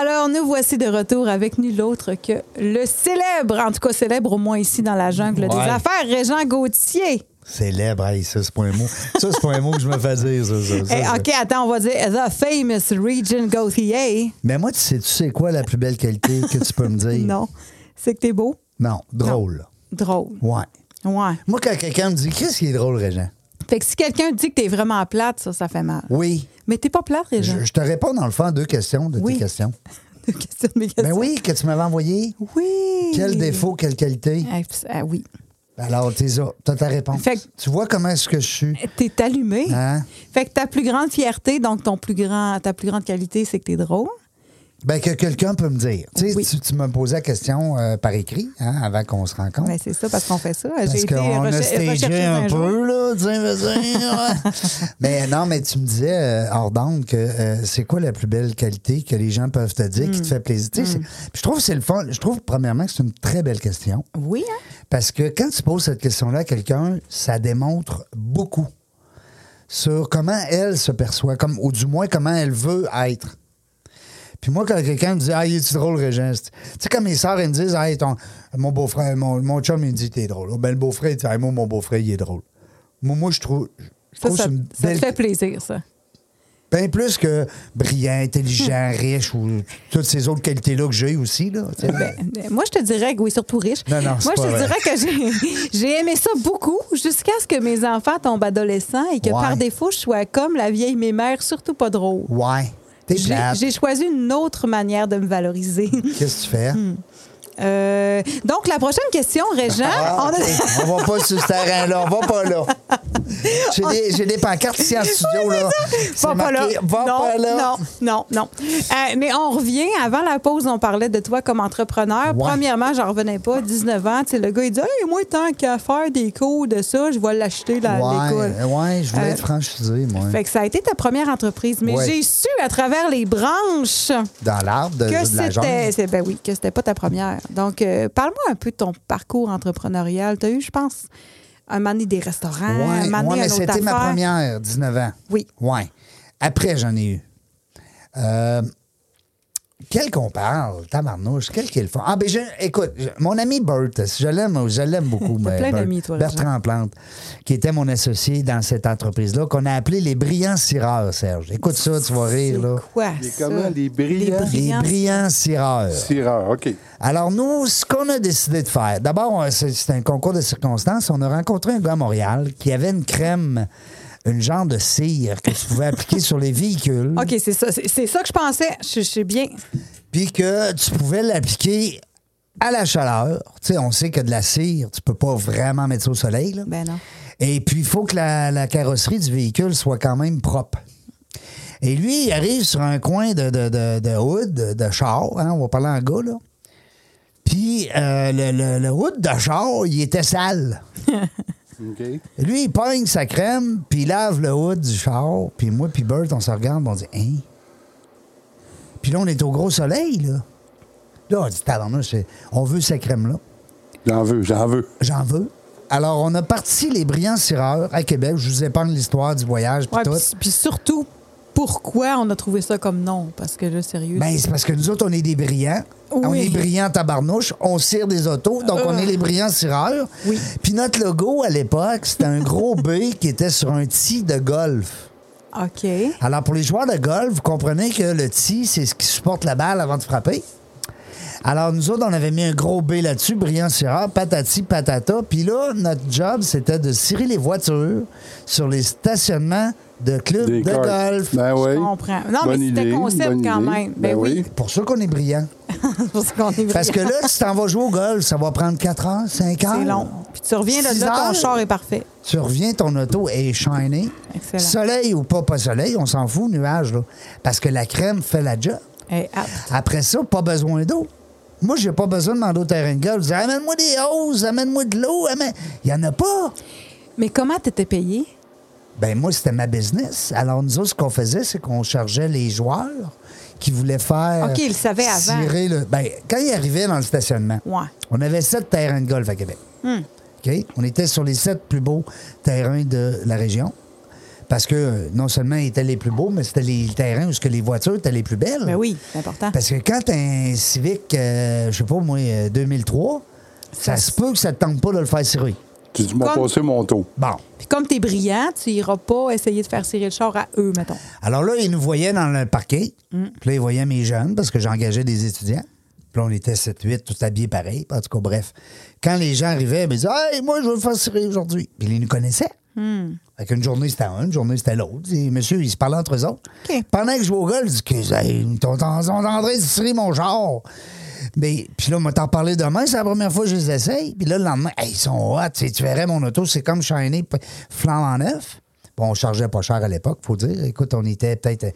Alors nous voici de retour avec nul autre que le célèbre, en tout cas célèbre au moins ici dans la jungle des
Ouais.
affaires, Régent Gauthier.
Célèbre, hey, ça, c'est pas un mot. Ça, c'est pas un mot que je me fais dire, ça, ça, ça,
Eh,
ça.
OK, attends, on va dire The Famous Régent Gauthier.
Mais moi, tu sais, tu sais quoi la plus belle qualité que tu peux me dire?
Non, c'est que t'es beau,
Non, drôle.
drôle.
Ouais.
Ouais.
Moi, quand quelqu'un me dit, qu'est-ce qui est drôle, Régent?
Fait que si quelqu'un dit que t'es vraiment plate, ça, ça fait mal.
Oui.
Mais t'es pas plate, Régent.
Je, je te réponds dans le fond à deux questions de
Oui.
tes questions.
Deux questions de mes
Ben
questions.
oui, que tu m'avais envoyé.
Oui.
Quel défaut, quelle qualité?
Ah, pis- ah oui.
Alors, t'es ça. T'as ta réponse.
Fait que-
Tu vois comment est-ce que je suis?
T'es allumé.
Hein?
Fait que ta plus grande fierté, donc ton plus grand, ta plus grande qualité, c'est que t'es drôle.
Ben, que quelqu'un peut me dire. Tu sais,
Oui.
tu, tu me posais la question euh, par écrit, hein, avant qu'on se rencontre.
Ben, c'est ça, parce qu'on fait ça.
Parce qu'on a
recher-
stagé
recherchée
un
jour.
peu, là, tu sais, veux dire. mais non, mais tu me disais, euh, hors d'onde, que euh, c'est quoi la plus belle qualité que les gens peuvent te dire qui te fait plaisir? Tu sais, c'est- Puis Je trouve que c'est le fun. Je trouve, premièrement, que c'est une très belle question.
Oui, hein?
Parce que quand tu poses cette question-là à quelqu'un, ça démontre beaucoup sur comment elle se perçoit, comme, ou du moins comment elle veut être. Puis moi, quand quelqu'un me dit Ah, es-tu drôle, Régent? Tu sais, comme mes sœurs, elles me disent Hey, ton, mon beau-frère, mon, mon chum, il me dit T'es drôle. Oh, ben, le beau-frère, il dit, Hey, moi, mon beau-frère, il est drôle. Moi, moi je trouve. je
Ça,
trouve
ça,
c'est une
ça
belle-
te fait plaisir, ça.
Bien plus que brillant, intelligent,
Hmm.
riche ou toutes ces autres qualités-là que j'ai aussi. Là, tu sais.
Ben, euh, moi, je te dirais que oui, surtout riche.
Non, non, c'est
moi, je te
pas vrai.
dirais que j'ai- j'ai aimé ça beaucoup jusqu'à ce que mes enfants tombent adolescents et que
Ouais.
par défaut, je sois comme la vieille mémère, surtout pas drôle.
ouais. T'es
J'ai
plate.
j'ai choisi une autre manière de me valoriser.
Qu'est-ce que tu
Hmm.
fais?
Euh, donc, la prochaine question, Régent,
Ah,
on a-
ok. on va pas sur ce terrain-là, on va pas là. J'ai des, j'ai des pancartes ici en studio. là. C'est
Va pas là.
marqué, Va
non,
pas là.
non, non, non. Euh, mais on revient. Avant la pause, on parlait de toi comme entrepreneur.
Ouais.
Premièrement, j'en revenais pas. 19 ans, tu sais, le gars, il dit Hey, moi, tant qu'à faire des cours de ça, je vais l'acheter là, à l'école.
Ouais, ouais, je voulais
Euh,
être franchisé, moi.
Fait que ça a été ta première entreprise. Mais
Ouais.
j'ai su à travers les branches
Dans l'arbre de,
que
de la
c'était.
jungle.
c'est- Ben oui, que c'était pas ta première. Donc, euh, parle-moi un peu de ton parcours entrepreneurial. Tu as eu, je pense, un moment donné des restaurants, un
Ouais,
moment
ouais,
donné
mais
un autre
c'était ma
affaire.
première, 19 ans.
Oui.
Ouais. Après, j'en ai eu. Euh, quel qu'on parle, tabarnouche, quel qu'il font. Ah, ben, je- écoute, je- mon ami Bert, je l'aime, je l'aime beaucoup.
T'as
mais
plein
Bert-
d'amis, toi,
Bertrand Plante, qui était mon associé dans cette entreprise-là, qu'on a appelé les brillants cireurs, Serge. Écoute ça, tu vas rire, là.
C'est quoi
Les
ça?
comment? Les brillants?
Les
Les brillants.
brillants cireurs.
Tireur, OK.
Alors, nous, ce qu'on a décidé de faire, d'abord, on- c'est c'est un concours de circonstances. On a rencontré un gars à Montréal qui avait une crème, une genre de cire que tu pouvais appliquer sur les véhicules.
OK, c'est ça. C'est- C'est ça que je pensais. Je, je sais bien.
Puis que tu pouvais l'appliquer à la chaleur. Tu sais, on sait que de la cire, tu peux pas vraiment mettre ça au soleil. là.
Ben non.
Et puis, il faut que la, la carrosserie du véhicule soit quand même propre. Et lui, il arrive sur un coin de, de, de, de hood, de, de char, hein, on va parler en gars, là. Puis, euh, le, le, le hood de char, il était sale.
OK.
Lui, il pogne sa crème, puis il lave le hood du char. Puis moi, puis Bert, on se regarde, puis on dit Hein Puis là, on est au gros soleil, là. Là, on dit Tabarnouche, c'est- on veut cette crème-là.
J'en veux, j'en veux.
J'en veux. Alors, on a parti les brillants cireurs à Québec. Je vous épargne l'histoire du voyage puis
Ouais,
tout.
puis- puis surtout, pourquoi on a trouvé ça comme nom? Parce que là, sérieux.
Ben, c'est parce que nous autres, on est des brillants.
Oui. Euh.
On est brillants tabarnouche. On cire des autos. Donc, on est les brillants cireurs.
Oui.
Puis notre logo, à l'époque, c'était un gros B qui était sur un tee de golf.
OK.
Alors, pour les joueurs de golf, vous comprenez que le tee, c'est ce qui supporte la balle avant de frapper. Alors, nous autres, on avait mis un gros B là-dessus, brillant cireur, patati patata. Puis là, notre job, c'était de cirer les voitures sur les stationnements de clubs
Des
de
cartes.
golf.
Ben oui.
Je comprends. Non,
Bonne
mais c'était
idée,
concept
bonne
quand
idée.
même. Ben oui.
Pour ça qu'on est brillant.
C'est pour ça qu'on est
Parce que
brillant.
là, tu t'en vas jouer au golf, ça va prendre 4 heures, 5 heures.
c'est long. Puis tu reviens là,
Six
là, ton
heures.
char est parfait.
Tu reviens, ton auto est shiny.
Excellent.
Soleil ou pas, pas soleil, on s'en fout, nuage, là. Parce que la crème fait la job.
Hey, ah,
Après ça, pas besoin d'eau. Moi, j'ai pas besoin de demander au terrain de golf. Je dis, amène-moi des hausses, amène-moi de l'eau. amène- Il y en a pas.
Mais comment t'étais payé?
Ben moi, c'était ma business. Alors, nous autres, ce qu'on faisait, c'est qu'on chargeait les joueurs qui voulaient faire.
OK, ils le savaient avant.
cirer le- ben, quand ils arrivaient dans le stationnement,
Ouais. Hmm.
on avait sept terrains de golf à Québec. OK? On était sur les sept plus beaux terrains de la région. Parce que euh, non seulement ils étaient les plus beaux, mais c'était les terrains où ce que les voitures étaient les plus belles.
Ben oui, c'est important.
Parce que quand t'as un Civic, euh, je sais pas moi, euh, 2003, ça se peut que ça te tente pas de le faire cirer.
Tu dis, m'as
Comme-
passé mon taux.
Bon.
Puis comme t'es brillant, tu iras pas essayer de faire cirer le char à eux, mettons.
Alors là, ils nous voyaient dans le parquet. Puis là, ils voyaient mes jeunes parce que j'engageais des étudiants. Puis là, on était 7-8, tous habillés pareil. En tout cas, bref. Quand les gens arrivaient, ils me disaient Hey, moi, je veux le faire cirer aujourd'hui. Puis ils nous connaissaient. Fait qu'une journée, c'était un, une journée, c'était l'autre. Et monsieur, ils se parlaient entre eux autres.
OK.
Pendant que je jouais au golf, je dis Hey, ils sont en ils sont en train de cirer mon genre. Mais, Ben, puis là, on m'a t'en parlé demain, c'est la première fois que je les essaye. Puis là, le lendemain, Hey, ils sont hot. Tu sais, tu verrais mon auto, c'est comme shiny, p- flamant neuf. Bon, on chargeait pas cher à l'époque, faut dire. Écoute, on était peut-être. euh,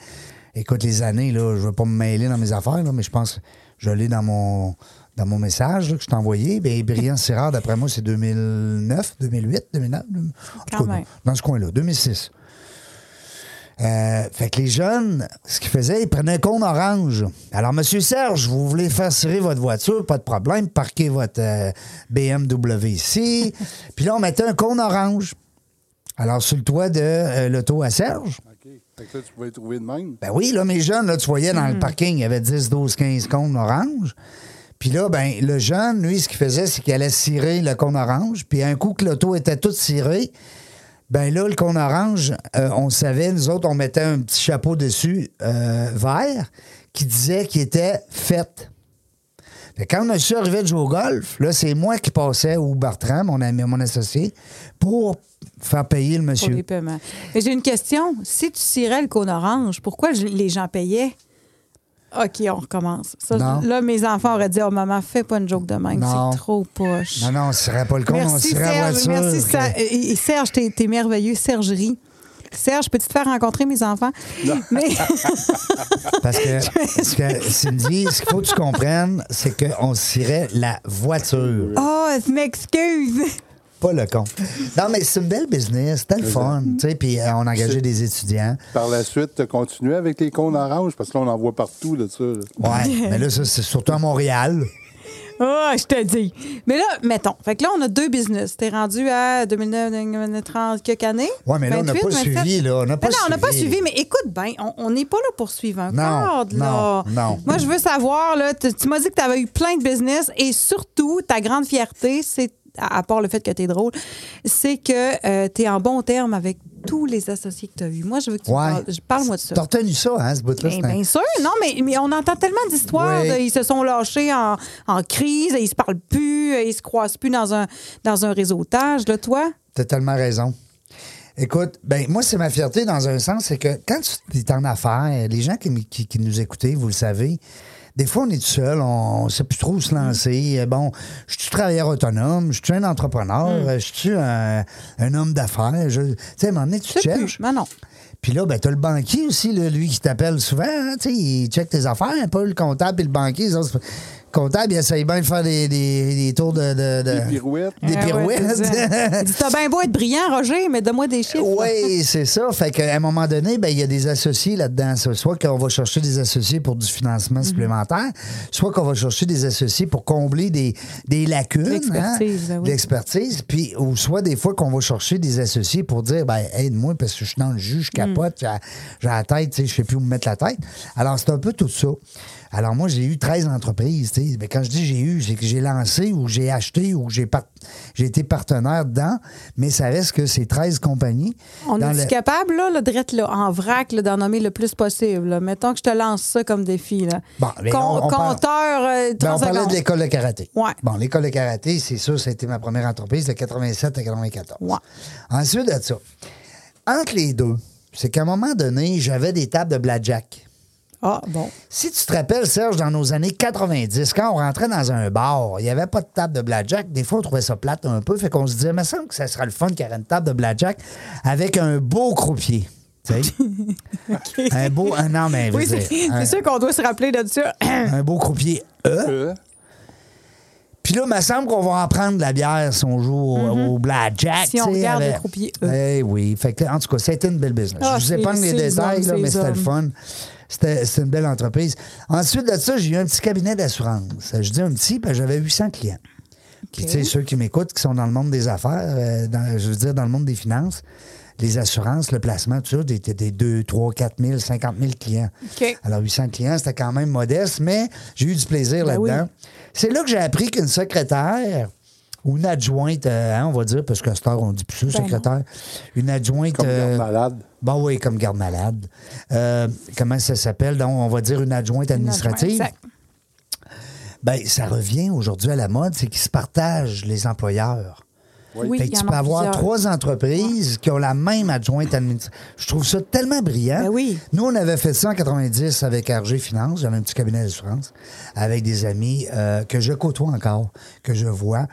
Écoute, les années, là, je veux pas me mêler dans mes affaires, là, mais je pense que je l'ai dans mon, dans mon message là, que je t'ai envoyé. Bien, Brillant Sirard, d'après moi, c'est 2009, 2008, 2009. en tout
Quand
cas,
même.
Dans ce coin-là, 2006. Euh, fait que les jeunes, ce qu'ils faisaient, ils prenaient un cône orange. Alors, Monsieur Serge, vous voulez faire cirer votre voiture, pas de problème, parquez votre euh, BMW ici. Puis là, on mettait un cône orange. Alors, sur le toit de euh, l'auto à Serge.
OK. Fait que ça, tu pouvais le trouver de même.
Ben oui, là, mes jeunes, là, tu voyais
Hmm.
dans le parking, il y avait 10, 12, 15 cônes orange. Puis là, ben, le jeune, lui, ce qu'il faisait, c'est qu'il allait cirer le cône orange. Puis un coup que l'auto était toute cirée, ben là, le cône orange, euh, on savait, nous autres, on mettait un petit chapeau dessus euh, vert qui disait qu'il était fait. Fait que quand monsieur arrivait de jouer au golf, là, c'est moi qui passais ou Bertrand, mon ami, mon associé, pour faire payer le
Pour
monsieur.
les paiements. Mais j'ai une question. Si tu cirais le cône orange, pourquoi je- les gens payaient? OK, on recommence. Ça,
Non.
là, mes enfants auraient dit Oh, maman, fais pas une joke de même.
Non.
C'est trop poche.
Non, non, on ne serait pas le con, on
Merci
serait à
Serge,
voiture.
merci
que-
Sa- et- et Serge, t'es t'es merveilleux, Serge rit. Serge, peux-tu te faire rencontrer mes enfants? Mais
Parce que, ce que Cindy, ce qu'il faut que tu comprennes, c'est qu'on cirait la voiture,
oh, je m'excuse.
pas le con. Non, mais c'est une belle business, c'était le fun. tu sais, Puis euh, on a engagé des étudiants.
Par la suite, t'as continué avec les cônes oranges, parce que là, on en voit partout, là, ça. là.
Ouais, mais là, ça, c'est surtout à Montréal.
Oh, je te dis. Mais là, mettons. Fait que là, on a deux business. T'es rendu à 2009, 2030, quelques années.
Ouais, mais là, on n'a
28,
pas
27.
suivi, là. On n'a pas
Mais non, on n'a pas
suivi.
suivi, mais écoute bien, on- on n'est pas là pour suivre un
Non,
cadre. là.
non, non.
Moi, je veux savoir, là, tu tu m'as dit que tu avais eu plein de business et surtout, ta grande fierté, c'est, à à part le fait que tu es drôle, c'est que tu es en bon terme avec tous les associés que tu as eus. Moi, je veux que tu me
Ouais.
parles. Ah, je- Parle-moi de ça.
T'as retenu ça, hein, ce bout-là?
Ben,
c'est un-
bien sûr, non, mais, mais on entend tellement d'histoires.
Oui.
de- Ils se sont lâchés en, en crise, ils se parlent plus, ils se croisent plus dans un, dans un réseautage. Là, toi,
T'as tellement raison. Écoute, ben moi, c'est ma fierté dans un sens, c'est que quand tu es en affaires, les gens qui, m- qui- qui nous écoutez, vous le savez, des fois, on est tout seul, on ne sait plus trop où se lancer. Euh, Bon, je suis travailleur autonome, je suis un entrepreneur,
Hmm.
euh, je suis un, un homme d'affaires. Je- Tu sais, à un moment donné, tu
tu sais
cherches.
plus. Mais non.
Puis là, ben, t'as le banquier aussi, là, lui qui t'appelle souvent. hein, tu sais, il check tes affaires, un peu le comptable et le banquier. les autres, le comptable, il essaye bien de faire des, des- des tours de, de- de-
Des pirouettes.
Des
Ah ouais,
pirouettes.
c'est ça. Il dit, T'as bien beau être brillant, Roger, mais donne-moi des chiffres.
Oui, c'est ça. Fait qu'à un moment donné, ben, il y a des associés là-dedans. Ça, Soit qu'on va chercher des associés pour du
Mhm.
financement supplémentaire, soit qu'on va chercher des associés pour combler des, des lacunes.
L'expertise, ben
hein,
oui.
L'expertise. Puis, ou soit des fois qu'on va chercher des associés pour dire, ben, aide-moi parce que je suis dans le jus, je
Hmm.
capote, j'ai la- j'ai la tête, tu sais, je sais plus où me mettre la tête. Alors, c'est un peu tout ça. Alors, moi, j'ai eu 13 entreprises. tu sais. Ben, quand je dis j'ai eu, c'est que j'ai lancé ou j'ai acheté ou j'ai par- j'ai été partenaire dedans, mais ça reste que c'est 13 compagnies.
On
Dans
est-tu
le-
capable, là, le drette, là, en vrac, là, d'en nommer le plus possible? là? Mettons que je te lance ça comme défi. Là.
Bon, mais on- on parle-
compteur, euh,
Ben,
30
on parlait
secondes.
de l'école de karaté.
Ouais.
Bon, l'école de karaté, c'est sûr, ça a été ma première entreprise de 87 à 94.
Ouais.
Ensuite de ça, entre les deux, c'est qu'à un moment donné, j'avais des tables de blackjack.
Ah, bon.
Si tu te rappelles, Serge, dans nos années 90, quand on rentrait dans un bar, il n'y avait pas de table de blackjack. Des fois, on trouvait ça plate un peu. Fait qu'on se disait, mais semble que ça sera le fun qu'il y aurait une table de blackjack avec un beau croupier. Tu sais? Un beau. un- non, mais. je veux
Oui, c'est
dire, hein.
c'est
un,
sûr qu'on doit se rappeler de ça.
un beau croupier
Hein?
E.
Euh,
Puis là, il me semble qu'on va en prendre de la bière si on joue au- au Blackjack.
Mhm. Si on
tu sais,
regarde le croupier, eux.
Eh oui. Fait que, en tout cas, c'était une belle business.
Ah,
Je vous épargne
c'est-
les
c'est les
détails,
hommes,
là,
c'est
mais
les
c'était le
hommes.
fun. C'était c'était une belle entreprise. Ensuite de ça, j'ai eu un petit cabinet d'assurance. Je dis un petit, parce que j'avais 800 clients. Puis,
OK.
tu sais, ceux qui m'écoutent, qui sont dans le monde des affaires, euh, dans- je veux dire, dans le monde des finances, les assurances, le placement, tout ça, des, des- des 2, 3, 4 000, 50 000 clients.
OK.
Alors, 800 clients, c'était quand même modeste, mais j'ai eu du plaisir
Ben
là-dedans.
oui.
C'est là que j'ai appris qu'une secrétaire ou une adjointe, euh, hein, on va dire, parce qu'à cette heure, on dit plus ça,
Ben
secrétaire, une adjointe.
comme
euh,
garde malade.
Bon, oui, comme garde malade. Euh, comment ça s'appelle? Donc, on va dire une adjointe administrative.
Exact.
Ben, ça revient aujourd'hui à la mode, c'est qu'ils se partagent les employeurs.
Oui,
fait
il
que
y
tu
en
peux
a
avoir
plusieurs.
trois entreprises qui ont la même adjointe administrative. Je trouve ça tellement brillant.
Ben oui.
Nous, on avait fait ça en 90 avec RG Finance, j'avais un petit cabinet d'assurance, avec des amis euh, que je côtoie encore, que je vois,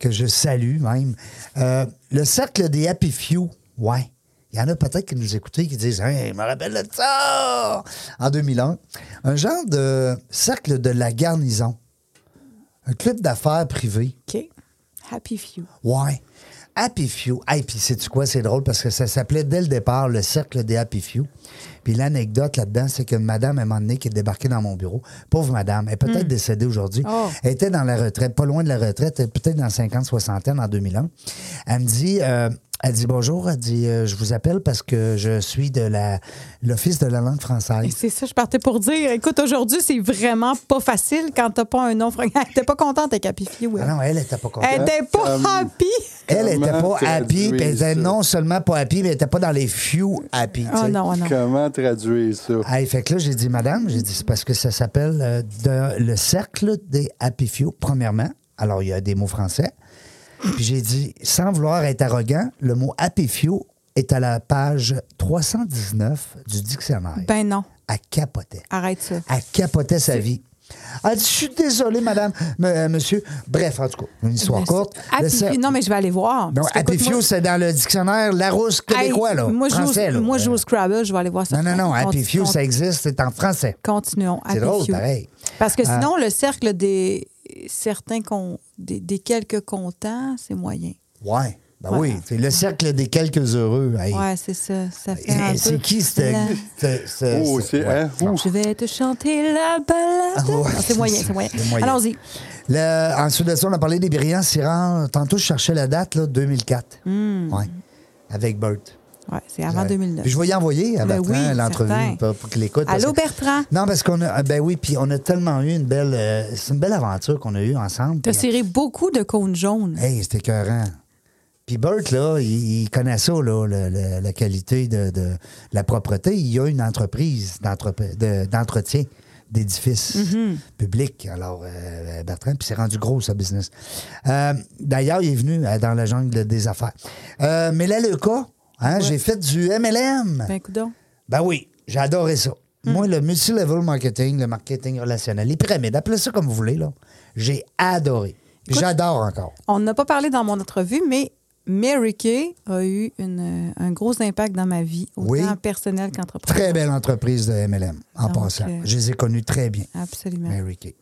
que je salue même. Euh, le cercle des Happy Few, ouais. Il y en a peut-être qui nous écoutaient qui disent Hey, je me rappelle de ça En 2001. Un genre de cercle de la garnison. Un club d'affaires privé.
OK. Happy Few.
Ouais. Happy Few. Hey, puis sais-tu quoi, c'est drôle parce que ça s'appelait dès le départ le cercle des Happy Few. Puis l'anecdote là-dedans, c'est qu'une madame, à un moment donné, qui est débarquée dans mon bureau, pauvre madame, elle est peut-être décédée aujourd'hui,
Hmm. Oh.
elle était dans la retraite, pas loin de la retraite, elle est peut-être dans 50, 60 ans, en 2001. Elle me dit, euh, elle dit bonjour, elle dit, euh, je vous appelle parce que je suis de la l'Office de la langue
Et
française.
C'est ça, je partais pour dire. Écoute, aujourd'hui, c'est vraiment pas facile quand t'as pas un nom. T'es pas contente avec Happy Few.
Ah
Elle
non, elle était pas contente.
Elle était pas
Comme-
happy. Oh
Elle était
Comment
pas happy,
traduire
puis elle était
ça?
non seulement pas happy, mais elle était pas dans les few happy. tu
Oh
sais.
non, oh non. Euh,
Comment traduire ça?
Hey, fait que là, j'ai dit, madame, j'ai dit, c'est parce que ça s'appelle euh, de- le cercle des Happy Few, premièrement. Alors, il y a des mots français. Puis j'ai dit, sans vouloir être arrogant, le mot Happy Few est à la page 319 du dictionnaire.
Ben non.
elle capotait.
Arrête ça.
Elle capotait sa vie. Elle dit, je suis désolé, madame, m- euh, monsieur. Bref, en tout cas, une histoire courte.
Happy
Laisse ça-
Few- Non, mais je vais aller voir.
Non,
Parce que,
Happy
écoute, moi-
Few, c'est dans le dictionnaire Larousse québécois,
Hey,
là.
Moi, je joue,
français, là.
au- moi, je joue au Scrabble, je vais aller voir ça.
Non, non, non, Happy
Conti-
Few,
conti-
ça existe, c'est en français.
Continuons.
C'est
Happy
drôle,
Few.
pareil.
Parce que
Ah.
sinon, le cercle des certains con- des, des quelques contents, c'est moyen.
Ouais. Ben
Ouais.
oui, c'est le cercle des quelques heureux. hey.
Ouais, c'est ça. Ça fait un
Et-
peu-
et C'est qui, ce...
La-
ce- ce-
Oh,
ce-
c'est.
ouais.
hein, ouf.
Je vais te chanter la balade.
Ah ouais,
Non, c'est moyen,
c'est
c'est moyen.
ça, c'est moyen.
Allons-y.
Le- ensuite de ça, on a parlé des brillants sirants. Tantôt, je cherchais la date, là, 2004. Ouais. Avec Bert.
Ouais, c'est Hmm. avant
Ouais.
2009.
Puis je voyais envoyer à
Ben
Bertrand
oui, certain.
l'entrevue pour, pour qu'il écoute. parce
Allô, Ben?
que-
Bertrand?
Non, parce qu'on a. Ben oui, puis on a tellement eu une belle. euh, c'est une belle aventure qu'on a eue ensemble.
T'as
Puis-
serré beaucoup de cônes jaunes.
Hey, c'était écœurant. Puis Bert, là, il, il connaît ça, là, le- le- la qualité de, de la propreté. Il y a une entreprise d'entrep- de- d'entretien d'édifices
Mm-hmm.
publics. Alors, euh, Bertrand, puis c'est rendu gros, ce business. Euh, D'ailleurs, il est venu euh, dans la jungle des affaires. Euh, mais là, le cas, hein, j'ai fait du MLM.
Ben, Mm. coudonc.
Ben oui, j'ai adoré ça. Moi, le multi-level marketing, le marketing relationnel, les pyramides, appelez ça comme vous voulez, là. J'ai adoré. Puis
Écoute-
J'adore encore.
On n'a pas parlé dans mon entrevue, mais Mary Kay a eu une- un gros impact dans ma vie, autant
Oui.
personnel qu'entrepreneur.
Très belle entreprise de MLM, en
Donc,
passant.
euh,
Je les ai connus très bien,
Absolument.
Mary Kay.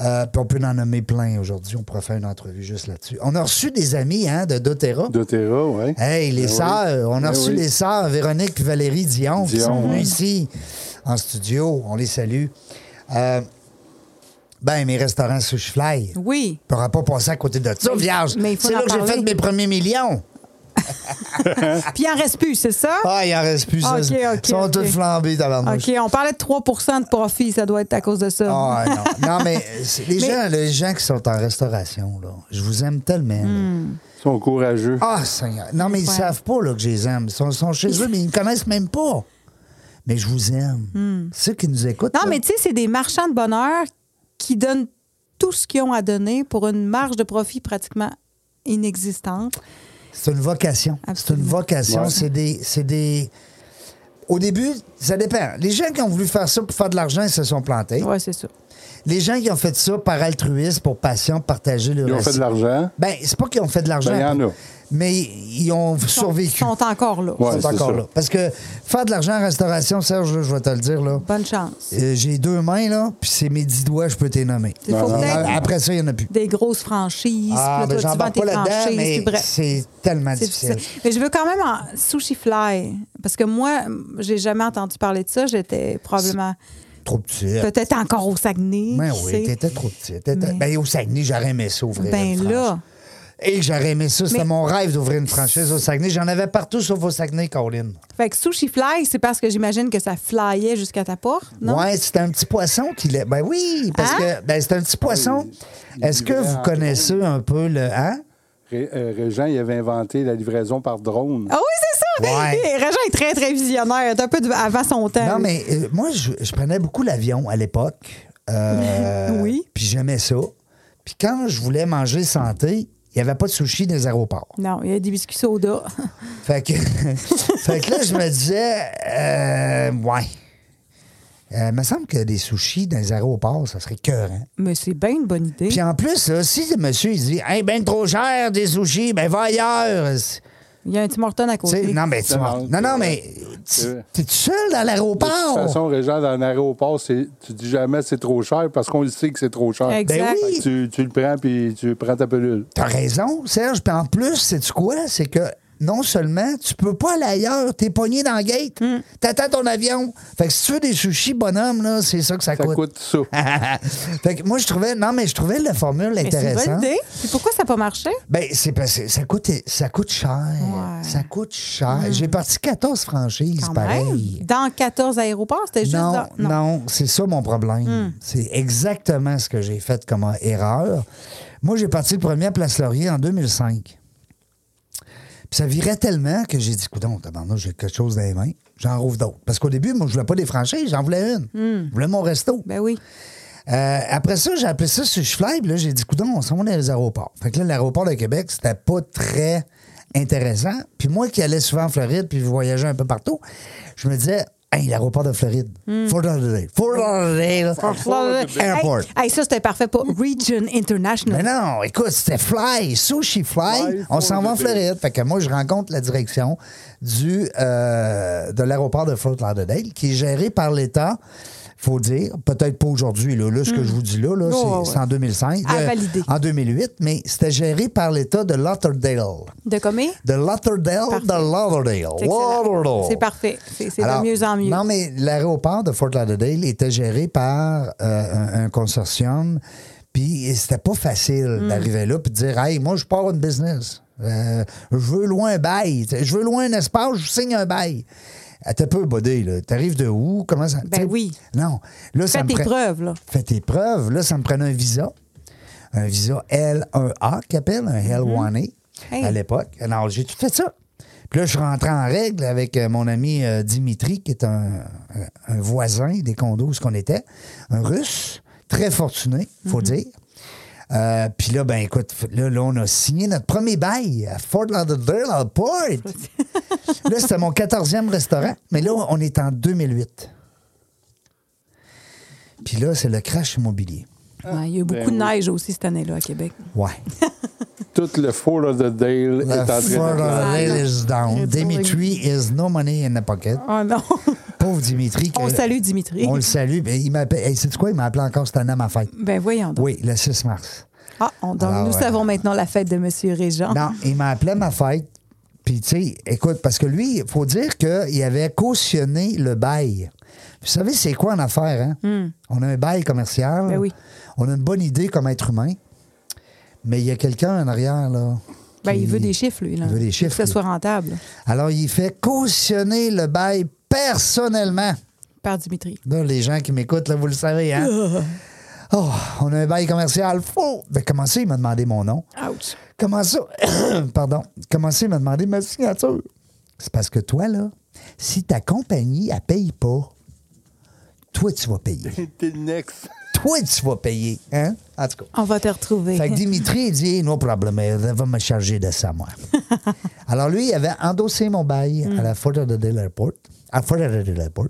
Euh, puis on peut en nommer plein aujourd'hui. On pourrait faire une entrevue juste là-dessus. On a reçu des amis hein, de doTERRA.
Doterra, ouais.
Hey, les
Ben oui.
sœurs. On a
Ben
reçu
oui.
les sœurs Véronique et Valérie Dion, qui
Dion,
sont venues
ouais.
ici en studio. On les salue. Euh, ben, mes restaurants Sushi Fly.
Oui.
On pourra pas passer à côté de ça,
Mais-
vierge.
mais il faut
C'est
en
là que j'ai
parler.
fait mes premiers millions.
Puis il en reste plus, c'est ça?
Ah, il en reste plus. ça.
Ok, ok,
Ils sont
ok.
tous flambés dans leur
OK, on parlait de 3 de profit, ça doit être à cause de ça.
Ah non. non, mais c'est- les,
Mais-
Gens, les gens qui sont en restauration, là, je vous aime tellement. là.
Hmm.
Ils sont courageux.
Ah, Seigneur. Non, mais ils
Incroyable.
savent pas là, que je les aime. Ils sont, sont chez eux, mais ils ne me connaissent même pas. Mais je vous aime. Ceux qui nous écoutent.
Hmm. Non,
là,
mais tu sais, c'est des marchands de bonheur qui donnent tout ce qu'ils ont à donner pour une marge de profit pratiquement inexistante.
C'est une vocation. C'est une
Absolument.
vocation.
Ouais.
C'est des. C'est des. Au début, ça dépend. Les gens qui ont voulu faire ça pour faire de l'argent, ils se sont plantés.
Ouais, c'est ça.
Les gens qui ont fait ça par altruisme, pour passion, partager le
Ils
Euh,
ont fait de l'argent.
Ben, c'est pas qu'ils ont fait de l'argent.
Ben, il y en a.
Mais ils ont survécu.
Ils sont encore là.
Ouais.
Ils sont
c'est
encore
ça.
là. Parce que faire de l'argent en restauration, Serge, là, je vais te le dire, là.
Bonne chance.
euh, J'ai deux mains, là, puis c'est mes dix doigts, je peux t'y nommer.
Il faut
non,
peut-être
Ah, Après ça, il n'y en a plus.
des grosses franchises.
Ah,
puis
ben,
là, toi, tu vends
j'embarque
tes
pas là-dedans,
franchises.
mais
puis bref.
c'est tellement
C'est
difficile.
difficile. Mais je veux quand même en sushi fly. Parce que moi, j'ai jamais entendu parler de ça. J'étais probablement
Trop petit.
peut-être encore au Saguenay.
Ben
qui
oui,
sait.
t'étais trop petit. T'étais-
Mais-
Ben, au Saguenay, j'aurais aimé ça ouvrir
Ben
une franchise.
là.
Et j'aurais aimé ça. C'était
Mais-
mon rêve d'ouvrir une franchise au Saguenay. J'en avais partout sauf au Saguenay, Caroline.
Fait que sushi fly, c'est parce que j'imagine que ça flyait jusqu'à ta porte, non?
Ouais, c'est un petit poisson qu'il est. Ben oui, parce
Hein?
que ben, c'est un petit
Ah
poisson. Est-ce que
vivait
vous
en-
connaissez un peu le. Hein?
Ré- euh, Régent, il avait inventé la livraison par drone.
Ah oui, c'est ça!
Ouais.
Régent est très, très visionnaire. Elle est un peu de- avant son temps.
Non, mais euh, moi, je, je prenais beaucoup l'avion à l'époque. Euh,
Oui.
Puis j'aimais ça. Puis quand je voulais manger santé, il n'y avait pas de sushi dans les aéroports.
Non, il y a des biscuits soda.
Fait que, fait que là, je me disais, euh, ouais. Euh, il me semble que des sushis dans les aéroports, ça serait cœur. hein.
mais c'est bien une bonne idée.
Puis en plus, là, si le monsieur il dit, hey, ben trop cher des sushis, ben va ailleurs.
Il y a un Tim Hortons à
Tu sais,
côté.
non, mais tu
Non,
m'en-
non,
Non, non,
c'est
mais
C'est vrai.
t'es tout seul dans
De toute
l'aéroport.
façon, Régent, dans un aéroport, c'est- tu dis jamais c'est trop cher parce qu'on le sait que c'est trop cher.
Exact.
Ben
Fait que
oui,
Tu, tu le prends puis tu prends ta pelule.
t'as raison, Serge. Puis en plus, c'est quoi? C'est que non seulement tu peux pas aller ailleurs, t'es pogné dans le gate,
Mm.
t'attends ton avion. Fait que si tu veux des sushis, bonhomme, là, c'est ça que ça,
Ça coûte ça.
fait que moi, je trouvais. Non, mais je trouvais la formule
Mais c'est une bonne
intéressante.
idée. Puis pourquoi ça n'a pas marché?
Ben, c'est parce que ça coûte, ça coûte cher.
Ouais. Mm.
Ça coûte cher. J'ai parti 14 franchises,
Quand
pareil.
même. Dans 14 aéroports, c'était juste
Non,
dans-
non, c'est ça mon problème. C'est exactement ce que j'ai fait comme erreur. Moi, j'ai parti le premier à Place Laurier en 2005. Puis ça virait tellement que j'ai dit, coudon, tabarnak, j'ai quelque chose dans les mains. J'en rouvre d'autres. Parce qu'au début, moi, je voulais pas des franchises, j'en voulais une. Je voulais mon resto.
Ben oui.
Euh, après ça, j'ai appelé ça sur Fly, puis là, j'ai dit, coudon, on s'en va dans les aéroports. Fait que là, l'aéroport de Québec, c'était pas très intéressant. Puis moi qui allais souvent en Floride, puis je voyageais un peu partout, je me disais, Hey, l'aéroport de Floride. Fort Lauderdale. Fort Lauderdale. Airport.
Hey, hey, ça, c'était parfait pour Region
Mais
International.
non, écoute, c'était Fly, Sushi Fly.
Fly,
on s'en va en
Florida.
Floride. Fait que moi, je rencontre la direction du, euh, de l'aéroport de Fort Lauderdale, qui est géré par l'État. Faut dire, peut-être pas aujourd'hui, là, Là, ce que je vous dis là, là,
Oh,
c'est-
ouais,
c'est
ouais.
en 2005.
À
euh,
valider.
en 2008, mais c'était géré par l'État de Lauderdale.
De combien?
De Lauderdale,
Parfait.
de Lauderdale.
C'est excellent.
Lauderdale.
C'est parfait. C'est c'est de
Alors,
mieux en mieux.
Non, mais l'aéroport de Fort Lauderdale était géré par euh, un, un consortium. Puis c'était pas facile
Hmm.
d'arriver là puis de dire Hey, moi, je pars une business. Euh, je veux loin un bail. Je veux loin un espace, je signe un bail. Ah, T'es peu bodé, là. T'arrives de où? Comment ça.
Ben
t'sais,
oui.
Non. Là, ça
Fais
me
tes
prend-
preuves, là.
Fais tes preuves. Là, ça me prenait un visa. Un visa L1A qui appelle, un L1A
Hey.
à l'époque. Alors, j'ai tout fait ça. Puis là, je suis rentré en règle avec euh, mon ami euh, Dimitri, qui est un, un- un voisin des condos où ce qu'on était, un russe, très fortuné, faut dire. Euh, puis là, ben écoute, là, là, on a signé notre premier bail à Fort Lauderdale Airport. là, c'était mon 14e restaurant. Mais là, on est en 2008. Puis là, c'est le crash immobilier.
Ouais, Ben il y a eu beaucoup de neige aussi cette année-là à Québec.
Ouais.
Tout le Fort Lauderdale est
Le
en train
Fort
de...
Lauderdale is down.
J'ai pas
Dimitri is no money in the pocket.
Oh non!
Pauvre Dimitri. que-
On salue Dimitri.
Euh, On le salue. Ben, il m'appelle. Hey, sais-tu quoi? Il m'a appelé encore cette année à ma fête.
Ben voyons donc.
Oui, le 6 mars.
Ah, on- donc,
Alors,
nous
ouais.
savons maintenant la fête de M. Régent.
Non, il m'a appelé à ma fête. Puis, tu sais, écoute, parce que lui, il faut dire qu'il avait cautionné le bail. Vous savez, c'est quoi en affaire, hein? On a un bail commercial.
Hmm. Ben oui.
On a une bonne idée comme être humain. Mais il y a quelqu'un en arrière, là.
Ben, il
qui-
veut des chiffres, lui. Là.
Il veut des
Faut
chiffres,
Que
lui.
ce soit rentable
Alors, il fait cautionner le bail personnellement.
par Dimitri.
Là, les gens qui m'écoutent, là, vous le savez, hein? Oh, on a un bail commercial faux. Ben, comment ça, il m'a demandé mon nom?
Ouch!
Comment ça? Pardon. Comment ça, il m'a demandé ma signature? C'est parce que toi, là, si ta compagnie, elle paye pas, toi, tu vas payer.
T'es le next.
toi, tu vas payer. Hein? En tout cas.
On va te retrouver.
Fait que Dimitri, il dit, no problem, elle va me charger de ça, moi. Alors lui, il avait endossé mon bail
Mm.
à la Fort Lauderdale Airport. À Fort Lauderdale Airport.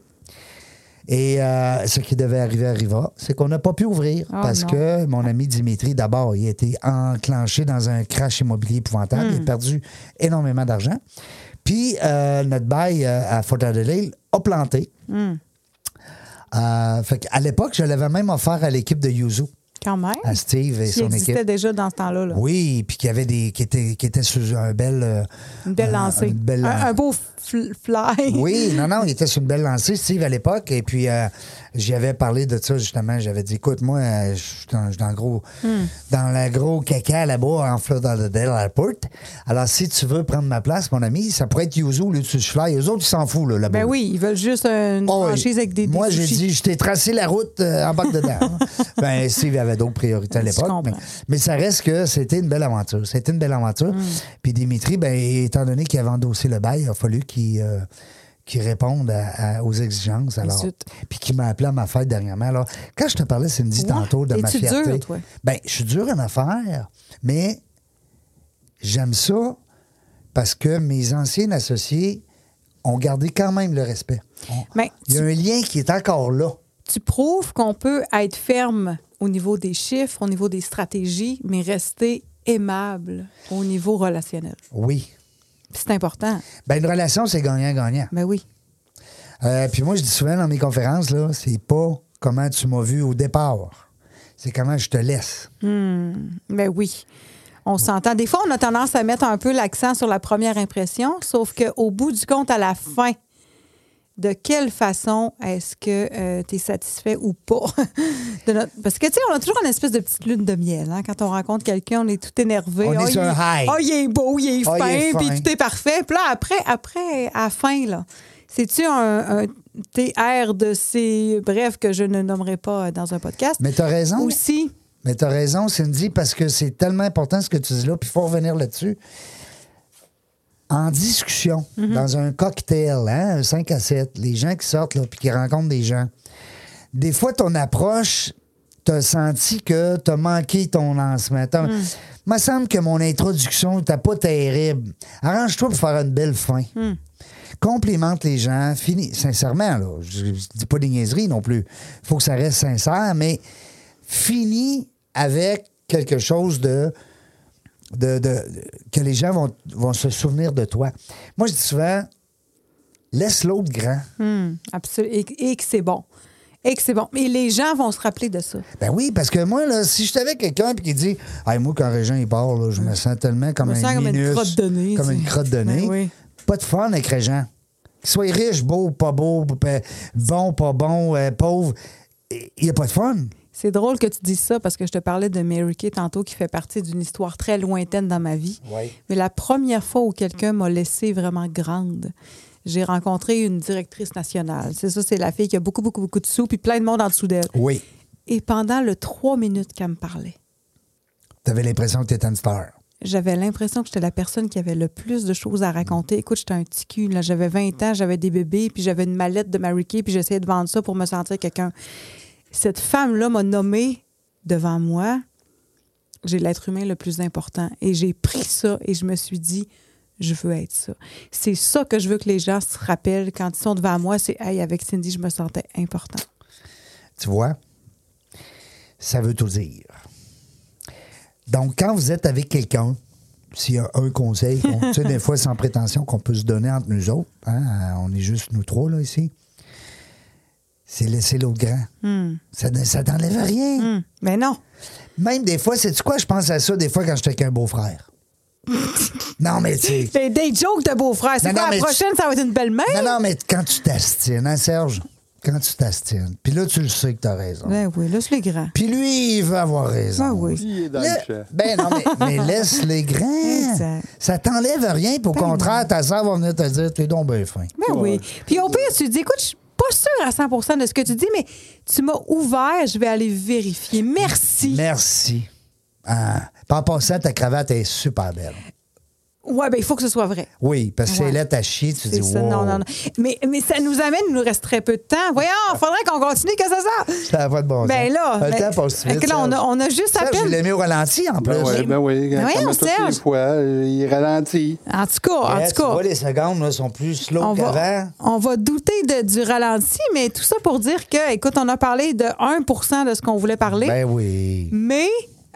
Et euh, ce qui devait arriver arriva, c'est qu'on n'a pas pu ouvrir
Ah,
parce
non.
que mon ami Dimitri, d'abord, il a été enclenché dans un crash immobilier épouvantable.
Mm.
Il a perdu énormément d'argent. Puis euh, notre bail euh, à Fort Lauderdale a planté.
Mm.
Euh, fait à l'époque, je l'avais même offert à l'équipe de Yuzu,
Quand même.
à Steve et
Qui
Ah, son
existait
équipe.
déjà dans ce temps-là. là.
Oui, puis qu'il y avait des qui étaient qui étaient sur un bel euh,
Une belle
un-
lancée.
une belle-
un, un beau fl- fly.
oui, non, non, il était sur une belle lancée, Steve, à l'époque. Et puis, euh, j'y avais parlé de ça, justement. J'avais dit, écoute, moi, euh, je suis dans, je suis dans le gros,
Hmm.
dans la gros caca là-bas, en Florida Lauderdale Airport. Alors, si tu veux prendre ma place, mon ami, ça pourrait être Yuzu, le dessus fly. Eux autres, ils s'en foutent, là, là-bas.
Ben oui, ils veulent juste une
Oh, oui.
franchise avec des des
Moi, j'ai
sushis.
dit, je t'ai tracé la route euh, en bas dedans. ben, Steve avait d'autres priorités à
Je
l'époque.
comprends.
Mais, mais ça reste que c'était une belle aventure. C'était une belle aventure.
Mm.
Puis Dimitri, ben, étant donné qu'il avait endossé le bail, il a fallu qu'il euh, qu'il réponde à- à- aux exigences. Alors,
Zut.
puis qu'il m'a appelé à ma fête dernièrement. Alors, quand je te parlais, c'est me dit
Ouais.
tantôt de ma
T'es-tu
fierté.
dur, toi?
Ben, je suis dur en affaires, mais j'aime ça parce que mes anciens associés ont gardé quand même le respect. On-
Mais
il y a un lien qui est encore là.
Ben, tu prouves qu'on peut être ferme au niveau des chiffres, au niveau des stratégies, mais rester aimable au niveau relationnel.
Oui.
C'est important.
Ben, une relation, c'est gagnant-gagnant.
Ben oui.
Euh, puis moi, je dis souvent dans mes conférences, là, c'est pas comment tu m'as vu au départ. C'est comment je te laisse.
Ben oui. On s'entend. Des fois, on a tendance à mettre un peu l'accent sur la première impression, sauf qu'au bout du compte, à la fin, de quelle façon est-ce que tu es satisfait ou pas? de notre- Parce que, tu sais, on a toujours une espèce de petite lune de miel. hein. Quand on rencontre quelqu'un, on est tout énervé.
On est
Ah,
sur
il-
un high.
Ah, il est beau, il est
Ah, il
fin,
est fin.
puis tout est parfait. Puis là, après, après, à la fin, là, c'est-tu un, un TR de ces... Bref, que je ne nommerai pas dans un podcast.
Mais t'as raison.
Aussi...
Mais t'as raison, Cindy, parce que c'est tellement important ce que tu dis là, puis il faut revenir là-dessus. En discussion, dans un cocktail, hein, un 5 à 7, les gens qui sortent, là, puis qui rencontrent des gens, des fois, ton approche, t'as senti que t'as manqué ton lancement. T'as- me semble que mon introduction n'était pas terrible. Arrange-toi pour faire une belle fin. complimente les gens, finis, sincèrement, là, je, je dis pas des niaiseries non plus. faut que ça reste sincère, mais finis avec quelque chose de. de, de- que les gens vont, vont se souvenir de toi. Moi, je dis souvent, laisse l'autre grand.
Absolument. Et, et que c'est bon. Et que c'est bon. Et les gens vont se rappeler de ça.
Ben oui, parce que moi, là, si j'étais avec quelqu'un et qu'il dit hey, Moi, quand Régent il part, là, je me sens tellement comme
Je me
un
sens comme une
minus,
crotte de nez,
Comme
tu
une
sais.
crotte de
Ben
nez.
oui.
Pas de fun avec Régent. Qu'il soit riche, beau, pas beau, ben, bon, pas bon, euh, pauvre, il n'y a pas de fun.
C'est drôle que tu dises ça parce que je te parlais de Mary Kay tantôt qui fait partie d'une histoire très lointaine dans ma vie.
Oui.
Mais la première fois où quelqu'un m'a laissée vraiment grande, j'ai rencontré une directrice nationale. C'est ça, c'est la fille qui a beaucoup, beaucoup, beaucoup de sous puis plein de monde en dessous d'elle.
Oui.
Et pendant le trois minutes qu'elle me parlait,
Tu avais l'impression que tu étais une star.
j'avais l'impression que j'étais la personne qui avait le plus de choses à raconter. Écoute, j'étais un petit cul. Là. J'avais 20 ans, j'avais des bébés, puis j'avais une mallette de Mary Kay, puis j'essayais de vendre ça pour me sentir quelqu'un. Cette femme-là m'a nommée devant moi. J'ai l'être humain le plus important. Et j'ai pris ça et je me suis dit, je veux être ça. C'est ça que je veux que les gens se rappellent quand ils sont devant moi. C'est, hey, avec Cindy, je me sentais important.
Tu vois? Ça veut tout dire. Donc, quand vous êtes avec quelqu'un, s'il y a un conseil, qu'on- tu sais, des fois, sans prétention, qu'on peut se donner entre nous autres, hein, on est juste nous trois, là, ici, c'est laisser l'autre grand. Ça ne- ça t'enlève rien.
Hum, Mais non.
Même des fois, c'est quoi, je pense à ça des fois quand j'étais avec un beau-frère. non, mais tu sais.
Des, des jokes de beau-frère. C'est
Non,
quoi,
non,
la
mais
prochaine, ça va être une belle-mère?
Non, non, mais quand tu t'astines, hein, Serge? Quand tu t'astines. Puis là, tu le sais que t'as raison.
Ben oui, là, c'est les grands.
Puis lui, il veut avoir raison.
Ah oui.
Il est dans
Le-
le champ.
Ben non, mais, mais laisse les grands.
Exact.
Ça t'enlève rien. Puis au contraire, ta soeur va venir te dire T'es donc bien fin.
Ben oui. Puis au pire, tu dis, écoute, je suis pas sûre à 100 de ce que tu dis, mais tu m'as ouvert, je vais aller vérifier. Merci.
Merci. Ah. Puis en passant, ta cravate est super belle.
Ouais, ben il faut que ce soit vrai.
Oui, parce que
Ouais.
c'est là, t'as chier, tu dis
C'est ça,
wow.
non, non, non. Mais, mais ça nous amène, il nous reste très peu de temps. Voyons, faudrait qu'on continue, que ça sorte.
Ça va de bon
Ben
sens.
là,
Le
ben-
temps passe
fait
vite.
que là, on a-
Serge.
on a juste à
Serge,
peine-
Je l'ai mis au ralenti en plus.
Ben oui, ben oui.
Ben
comme
voyons,
à toutes les
Serge.
fois, euh, il ralentit.
En tout cas, en
Ouais,
tout
Eh, tu vois,
cas.
les secondes là, sont plus
On
slow
va,
qu'avant.
on va douter de- du ralenti, mais tout ça pour dire que, écoute, on a parlé de 1 de ce qu'on voulait parler,
Ben oui.
mais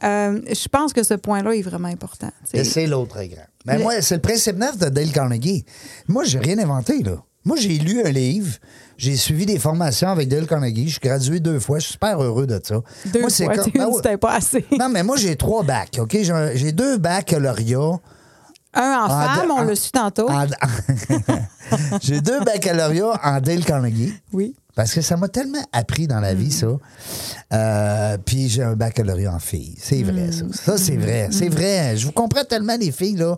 euh, je pense que ce point-là est vraiment important. tu sais.
Et c'est l'autre grand. Mais
Le-
moi, c'est le principe neuf de Dale Carnegie. Moi, j'ai rien inventé, là. Moi, j'ai lu un livre, j'ai suivi des formations avec Dale Carnegie, je suis gradué deux fois, je suis super heureux de ça.
Deux
moi, c'est
fois,
comme-
tu
Ben
une,
ouais.
c'était pas assez.
Non, mais moi, j'ai trois bacs, OK? J'ai un- J'ai deux baccalauréats.
Un en
en
femme,
Ah, de- ah,
on
en-
l'a su tantôt.
en- j'ai deux baccalauréats en Dale Carnegie.
Oui.
Parce que ça m'a tellement appris dans la
Mm.
vie, ça. Euh, puis j'ai un baccalauréat en filles. C'est vrai,
Mm.
ça. Ça, c'est vrai. C'est vrai. Je vous comprends tellement, les filles, là.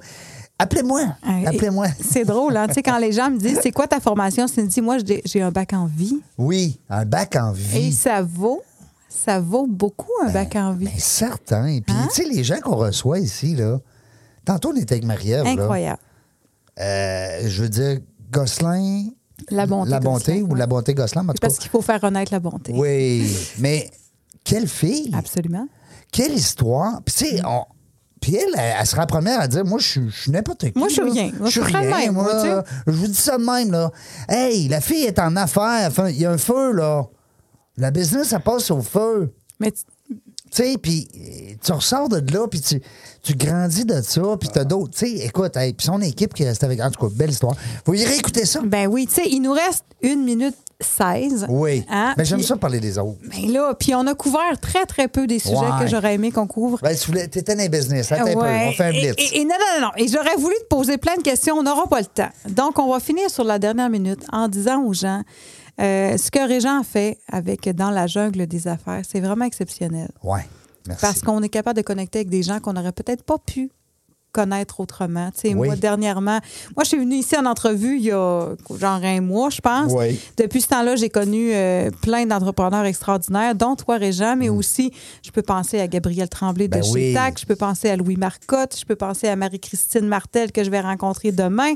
Appelez-moi.
Hey,
Appelez-moi.
Ah, C'est drôle, hein? Tu sais, quand les gens me disent c'est quoi ta formation, Cindy, moi j'ai j'ai un bac en vie.
Oui, un bac en vie. Ben,
Et ça vaut, ça vaut beaucoup un bac en vie.
Mais certain. Et Puis,
Hein?
tu sais, les gens qu'on reçoit ici, là. Tantôt, on était avec Marie-Ève. là.
Incroyable.
Euh, je veux dire, Gosselin.
La bonté
La bonté
Gosselin,
ou
ouais.
la bonté Gosselin, mais en tout
C'est parce
cas.
qu'il faut faire renaître la bonté.
Oui. Mais quelle fille.
Ah, Absolument.
quelle histoire. Puis, tu
Mm.
sais, on- puis elle, elle, elle sera première à dire Moi, je suis- je suis n'importe qui.
Moi, je suis
là.
rien.
Je suis
Je suis
rien.
le même,
moi,
moi, tu sais.
là. je vous dis ça de même. là. Hey, la fille est en affaires. Enfin, Il y a un feu, là. La business, ça passe au feu.
Mais tu-
Tu sais, puis euh, tu ressors de là, puis tu, tu grandis de ça, puis t'as d'autres. Tu sais, écoute, hey, puis son équipe qui reste avec. En tout cas, belle histoire. Vous irez écouter ça.
ben oui, tu sais, il nous reste une minute 16.
Oui.
Hein?
Mais j'aime
Puis-
ça parler des autres.
Ben là, puis on a couvert très, très peu des sujets
Ouais.
que j'aurais aimé qu'on couvre.
Ben, tu voulais, t'étais dans les business. Attends un peu,
Ouais.
on fait un
Et-
blitz.
Et, et non, non, non, non. Et j'aurais voulu te poser plein de questions. On n'aura pas le temps. Donc, on va finir sur la dernière minute en disant aux gens euh, ce que Régent fait avec Dans la jungle des affaires. C'est vraiment exceptionnel.
Ouais. Merci.
Parce qu'on est capable de connecter avec des gens qu'on n'aurait peut-être pas pu connaître autrement. Tu sais,
Oui.
Moi, dernièrement, moi, je suis venue ici en entrevue il y a genre un mois, je pense.
Oui.
Depuis ce temps-là, j'ai connu euh, plein d'entrepreneurs extraordinaires, dont toi, Réjean, mais aussi, je peux penser à Gabriel Tremblay de
Mm. Ben
chez
oui.
TAC, je peux penser à Louis Marcotte, je peux penser à Marie-Christine Martel que je vais rencontrer demain.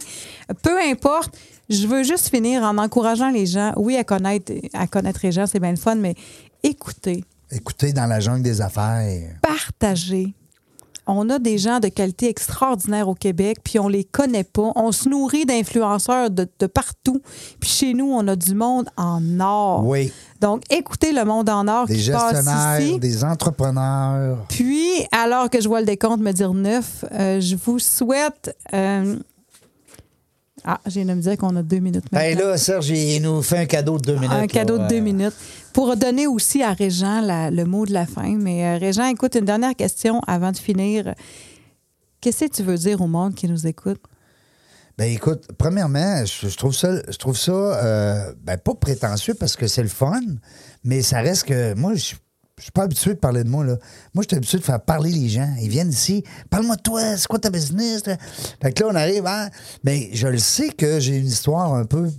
Peu importe, je veux juste finir en encourageant les gens, oui, à connaître, à connaître les gens, c'est bien le fun, mais écoutez,
Écoutez, dans la jungle des affaires.
partagez. on a des gens de qualité extraordinaire au Québec, puis on les connaît pas. On se nourrit d'influenceurs de, de partout. Puis chez nous, on a du monde en or.
Oui.
Donc, écoutez le monde en or
Des
qui passe ici.
gestionnaires, des entrepreneurs.
Puis, alors que je vois le décompte me dire neuf, euh, je vous souhaite. euh, Ah, j'ai de me dire qu'on a deux minutes maintenant.
Ben là, Serge, il nous fait un cadeau de deux minutes.
Un
là.
cadeau de deux
Ouais.
minutes. Pour donner aussi à Régent la- le mot de la fin. Mais euh, Régent, écoute, une dernière question avant de finir. Qu'est-ce que tu veux dire au monde qui nous écoute?
Ben écoute, premièrement, je, je trouve ça, je trouve ça euh, ben, pas prétentieux parce que c'est le fun, mais ça reste que moi, je je suis pas habitué de parler de moi. Là. Moi, je suis habitué de faire parler les gens. Ils viennent ici, parle-moi de toi, c'est quoi ta business? là? Fait que là, on arrive à. Mais je le sais que j'ai une histoire un peu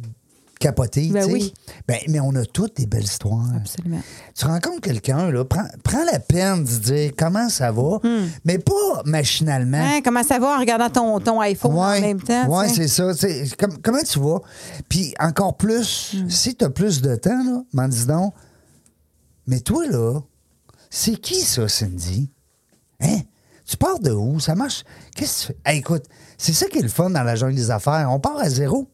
capotée.
Ben
tu sais.
oui.
Ben, mais on a toutes des belles histoires.
Absolument.
Tu rencontres quelqu'un, là, prends, prends la peine de dire comment ça va, mais pas machinalement.
Hmm. Hein, comment ça va en regardant ton, ton iPhone
Ouais,
en même temps?
ouais,
tu
c'est
sais?
ça. tu sais, com- comment tu vas? Puis encore plus,
Hmm.
si tu as plus de temps, là, m'en dis donc, mais toi, là, c'est qui ça, Cindy? Hein? Tu pars de où? Ça marche? Qu'est-ce que tu fais? Hey, écoute, c'est ça qui est le fun dans la jungle des affaires. On part à zéro.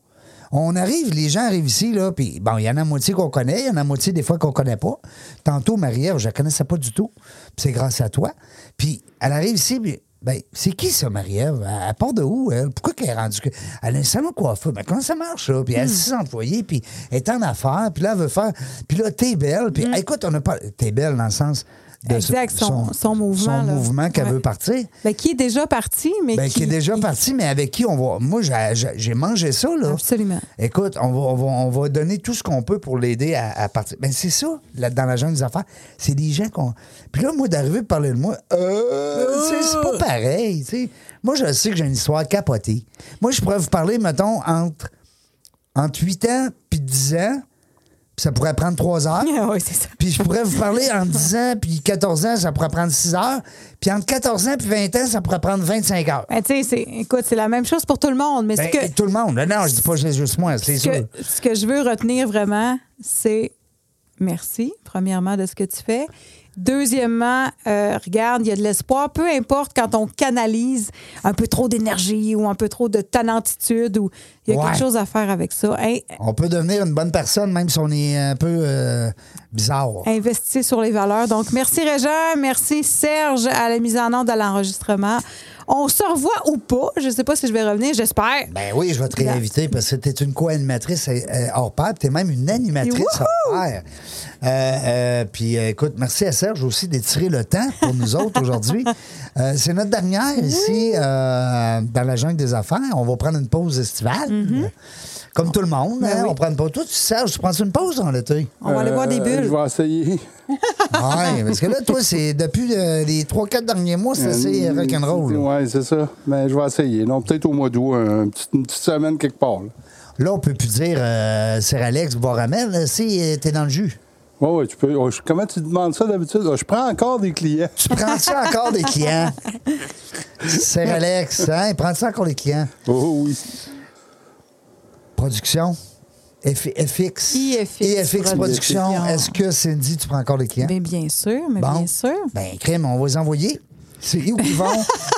On arrive, les gens arrivent ici, là, puis bon, il y en a moitié qu'on connaît, il y en a moitié des fois qu'on connaît pas. Tantôt, Marie-Ève, je la connaissais pas du tout, puis c'est grâce à toi. Puis elle arrive ici, puis ben, c'est qui ça, Marie-Ève? Elle elle part de où, elle? Pourquoi qu'elle est rendue? que- Elle a un salon de coiffeur. Ben, comment ça marche, ça? Puis elle a six employés, puis elle est en affaires, puis là, elle veut faire. Puis là, t'es belle, puis écoute, on a pas. T'es belle dans le sens de ce-
Exact, son- son mouvement,
Son
là.
mouvement qu'elle
Ouais.
veut partir.
Ben, qui est déjà parti, mais
Ben, qui, est déjà parti, mais avec qui on va. Moi, j'ai- j'ai j'ai mangé ça, là.
Absolument.
Écoute, on va, on va, on va donner tout ce qu'on peut pour l'aider à, à partir. Ben, c'est ça, là, dans la jungle des affaires. C'est des gens qu'on. Puis là, moi, d'arriver à parler de moi, euh, tu sais, c'est pas pareil, tu sais. Moi, je sais que j'ai une histoire capotée. Moi, je pourrais vous parler, mettons, entre, entre 8 ans puis 10 ans, puis ça pourrait prendre 3 heures.
oui, c'est ça.
Puis je pourrais vous parler en 10 ans, puis 14 ans, ça pourrait prendre 6 heures. Puis entre 14 ans puis 20 ans, ça pourrait prendre 25 heures.
Ben, tu sais, c'est- écoute, c'est la même chose pour tout le monde. Mais
Ben,
ce que,
Tout le monde. là. Non, je dis pas c'est juste moi, c'est
ce
sûr.
que, ce que je veux retenir vraiment, c'est merci, premièrement, de ce que tu fais. Deuxièmement, euh, regarde, il y a de l'espoir. Peu importe quand on canalise un peu trop d'énergie ou un peu trop de talentitude ou il y a
Ouais.
quelque chose à faire avec ça. Hein,
On peut devenir une bonne personne, même si on est un peu euh, bizarre.
investir sur les valeurs. Donc, merci Régent, merci Serge à la mise en ordre de l'enregistrement. On se revoit ou pas. Je ne sais pas si je vais revenir, j'espère.
Ben oui, je vais te réinviter parce que t'es une co-animatrice euh, euh, hors pair, puis t'es même une animatrice hors pair. Euh, euh, puis euh, écoute, merci à Serge aussi d'étirer le temps pour nous autres aujourd'hui. Euh, c'est notre dernière ici euh, dans la jungle des affaires. On va prendre une pause estivale.
Mm-hmm.
Comme tout le monde, hein, on prend une pause. Toi, tu, Serge, tu prends une pause dans l'été?
Ben On va aller voir des
Euh,
bulles.
Je vais essayer.
Oui, parce que là, toi, c'est depuis euh, les 3-4 derniers mois, c'est assez
Euh,
rock'n'roll. là.
Ouais, c'est ça. Mais je vais essayer. Non, peut-être au mois d'août, un petit- une petite semaine quelque part. là.
Là, on peut plus dire euh, Sir Alex, boire à mer, là, si euh, t'es dans le jus.
Ouais, ouais, tu peux. oh, je- comment tu demandes ça d'habitude? Oh, je prends encore des clients.
Tu prends ça encore des clients? Sir Alex, hein? Il prend ça encore des clients.
Oh oui.
Production? F- FX?
IFX
IFX Production.
Production.
Est-ce que Cindy, tu prends encore des clients?
Ben, bien sûr, mais bien sûr.
Ben, crème, on va les envoyer. C'est où ils vont?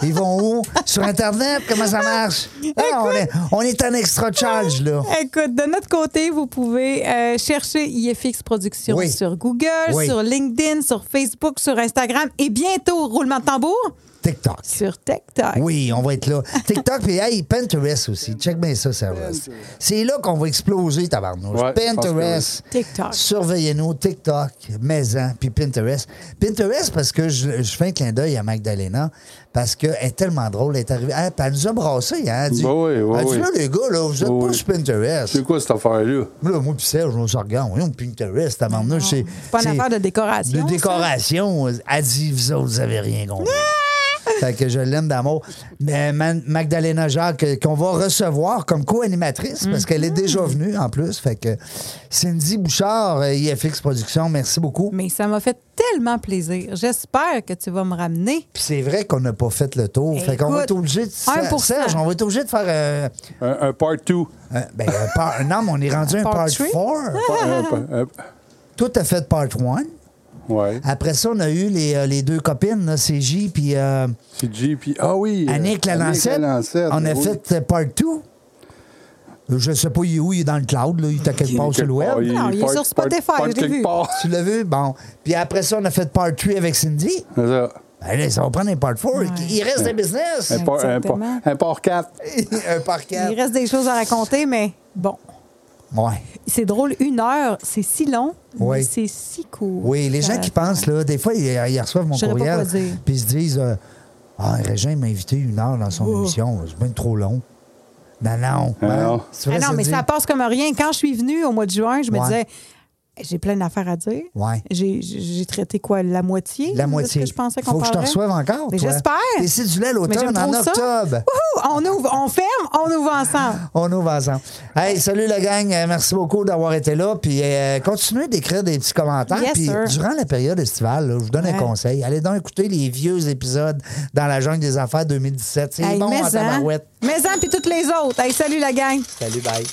ils vont où? Sur Internet? Comment ça marche? Ah, on, est, on est en extra charge, là.
Écoute, de notre côté, vous pouvez euh, chercher IFX Productions
Oui.
sur Google,
Oui.
sur LinkedIn, sur Facebook, sur Instagram et bientôt, roulement de tambour,
TikTok.
sur TikTok.
Oui, on va être là. TikTok, puis hey, Pinterest aussi. Check bien ça, Servus. C'est là qu'on va exploser, tabarnouche.
Ouais, je pense que
Pinterest.
TikTok.
Surveillez-nous, TikTok, Maison, puis Pinterest. Pinterest, parce que je, je fais un clin d'œil à Magdalena, parce qu'elle est tellement drôle, elle est arrivée. Elle, puis elle nous a brassés, hein. Elle dit,
Ben oui, ben
elle dit
oui.
là, les gars, là, vous êtes
Ben
pas
oui.
sur Pinterest.
C'est quoi cette affaire-là?
Mais Là, moi puis Serge, on se regarde, voyons, Pinterest, tabarnouche. C'est
Ah pas une
c'est-
affaire de décoration,
De
ça.
décoration. Elle dit, vous autres, vous avez rien compris.
Ah!
Fait que je l'aime d'amour. Mais Man- Magdalena Jacques, euh, qu'on va recevoir comme co-animatrice, parce qu'elle est déjà
Mm.
venue en plus. Fait que Cindy Bouchard, euh, IFX Productions, merci beaucoup.
Mais ça m'a fait tellement plaisir. J'espère que tu vas me ramener.
Puis c'est vrai qu'on n'a pas fait le tour. fait qu'on va être
Écoute,
obligé de.
1%.
Serge, on va être obligé de faire. euh,
Un, un part 2.
un- ben, un part- non, mais on est rendu un
part
part
three?
4.
Un, un-
Toi, t'as fait part 1.
Ouais.
Après ça, on a eu les, euh, les deux copines, là, CJ puis euh,
C'est J, puis... Ah oui! euh,
Annick la Lancette.
Lancette,
On a
oui.
fait euh, Part 2. Je sais pas il est où, il est dans le cloud, là, il est à quelque part sur le
Ah,
web.
Non, il est
part-
sur Spotify,
part- part
je l'ai
quelque
vu.
part.
Tu l'as vu? Bon. Puis après ça, on a fait Part 3 avec Cindy.
C'est ça.
Ben là, ça va prendre un Part 4. Il reste des business.
Un port, un, port,
Exactement.
un port 4.
un Part 4.
Il reste des choses à raconter, mais bon.
Ouais.
C'est drôle, une heure, c'est si long, mais
Oui.
c'est si court.
Oui, les gens qui pensent, là, des fois, ils, ils reçoivent mon
Je saurais pas
courriel,
quoi dire.
puis ils se disent euh, Ah, Régin m'a invité une heure dans
Oh.
son émission, c'est bien trop long. Non, non.
Ah non.
C'est
Ah
vrai,
non, mais
dit-
ça passe comme rien. Quand je suis venue au mois de juin, je me
Ouais.
disais, j'ai plein d'affaires à dire.
Ouais.
J'ai- J'ai traité quoi, la moitié?
La
de
moitié.
Ce que je pensais qu'on
Faut que je te
parlerait?
reçoive encore.
Mais
toi.
j'espère.
T'es sidulé à
Mais j'aime
l'automne, en
trop ça.
octobre.
Wouhou! On ouvre, on ferme, on ouvre ensemble.
On ouvre ensemble. Hey, salut la gang. Euh, Merci beaucoup d'avoir été là. Puis euh, continuez d'écrire des petits commentaires.
Yes,
puis
sir.
durant la période estivale, là, je vous donne
Ouais.
un conseil. Allez donc écouter les vieux épisodes dans la jungle des affaires 2017. C'est
Hey, hein.
bon en
mais-en.
tabarouette.
hein, Mais-en, puis toutes les autres. Hey, salut la gang.
Salut, bye.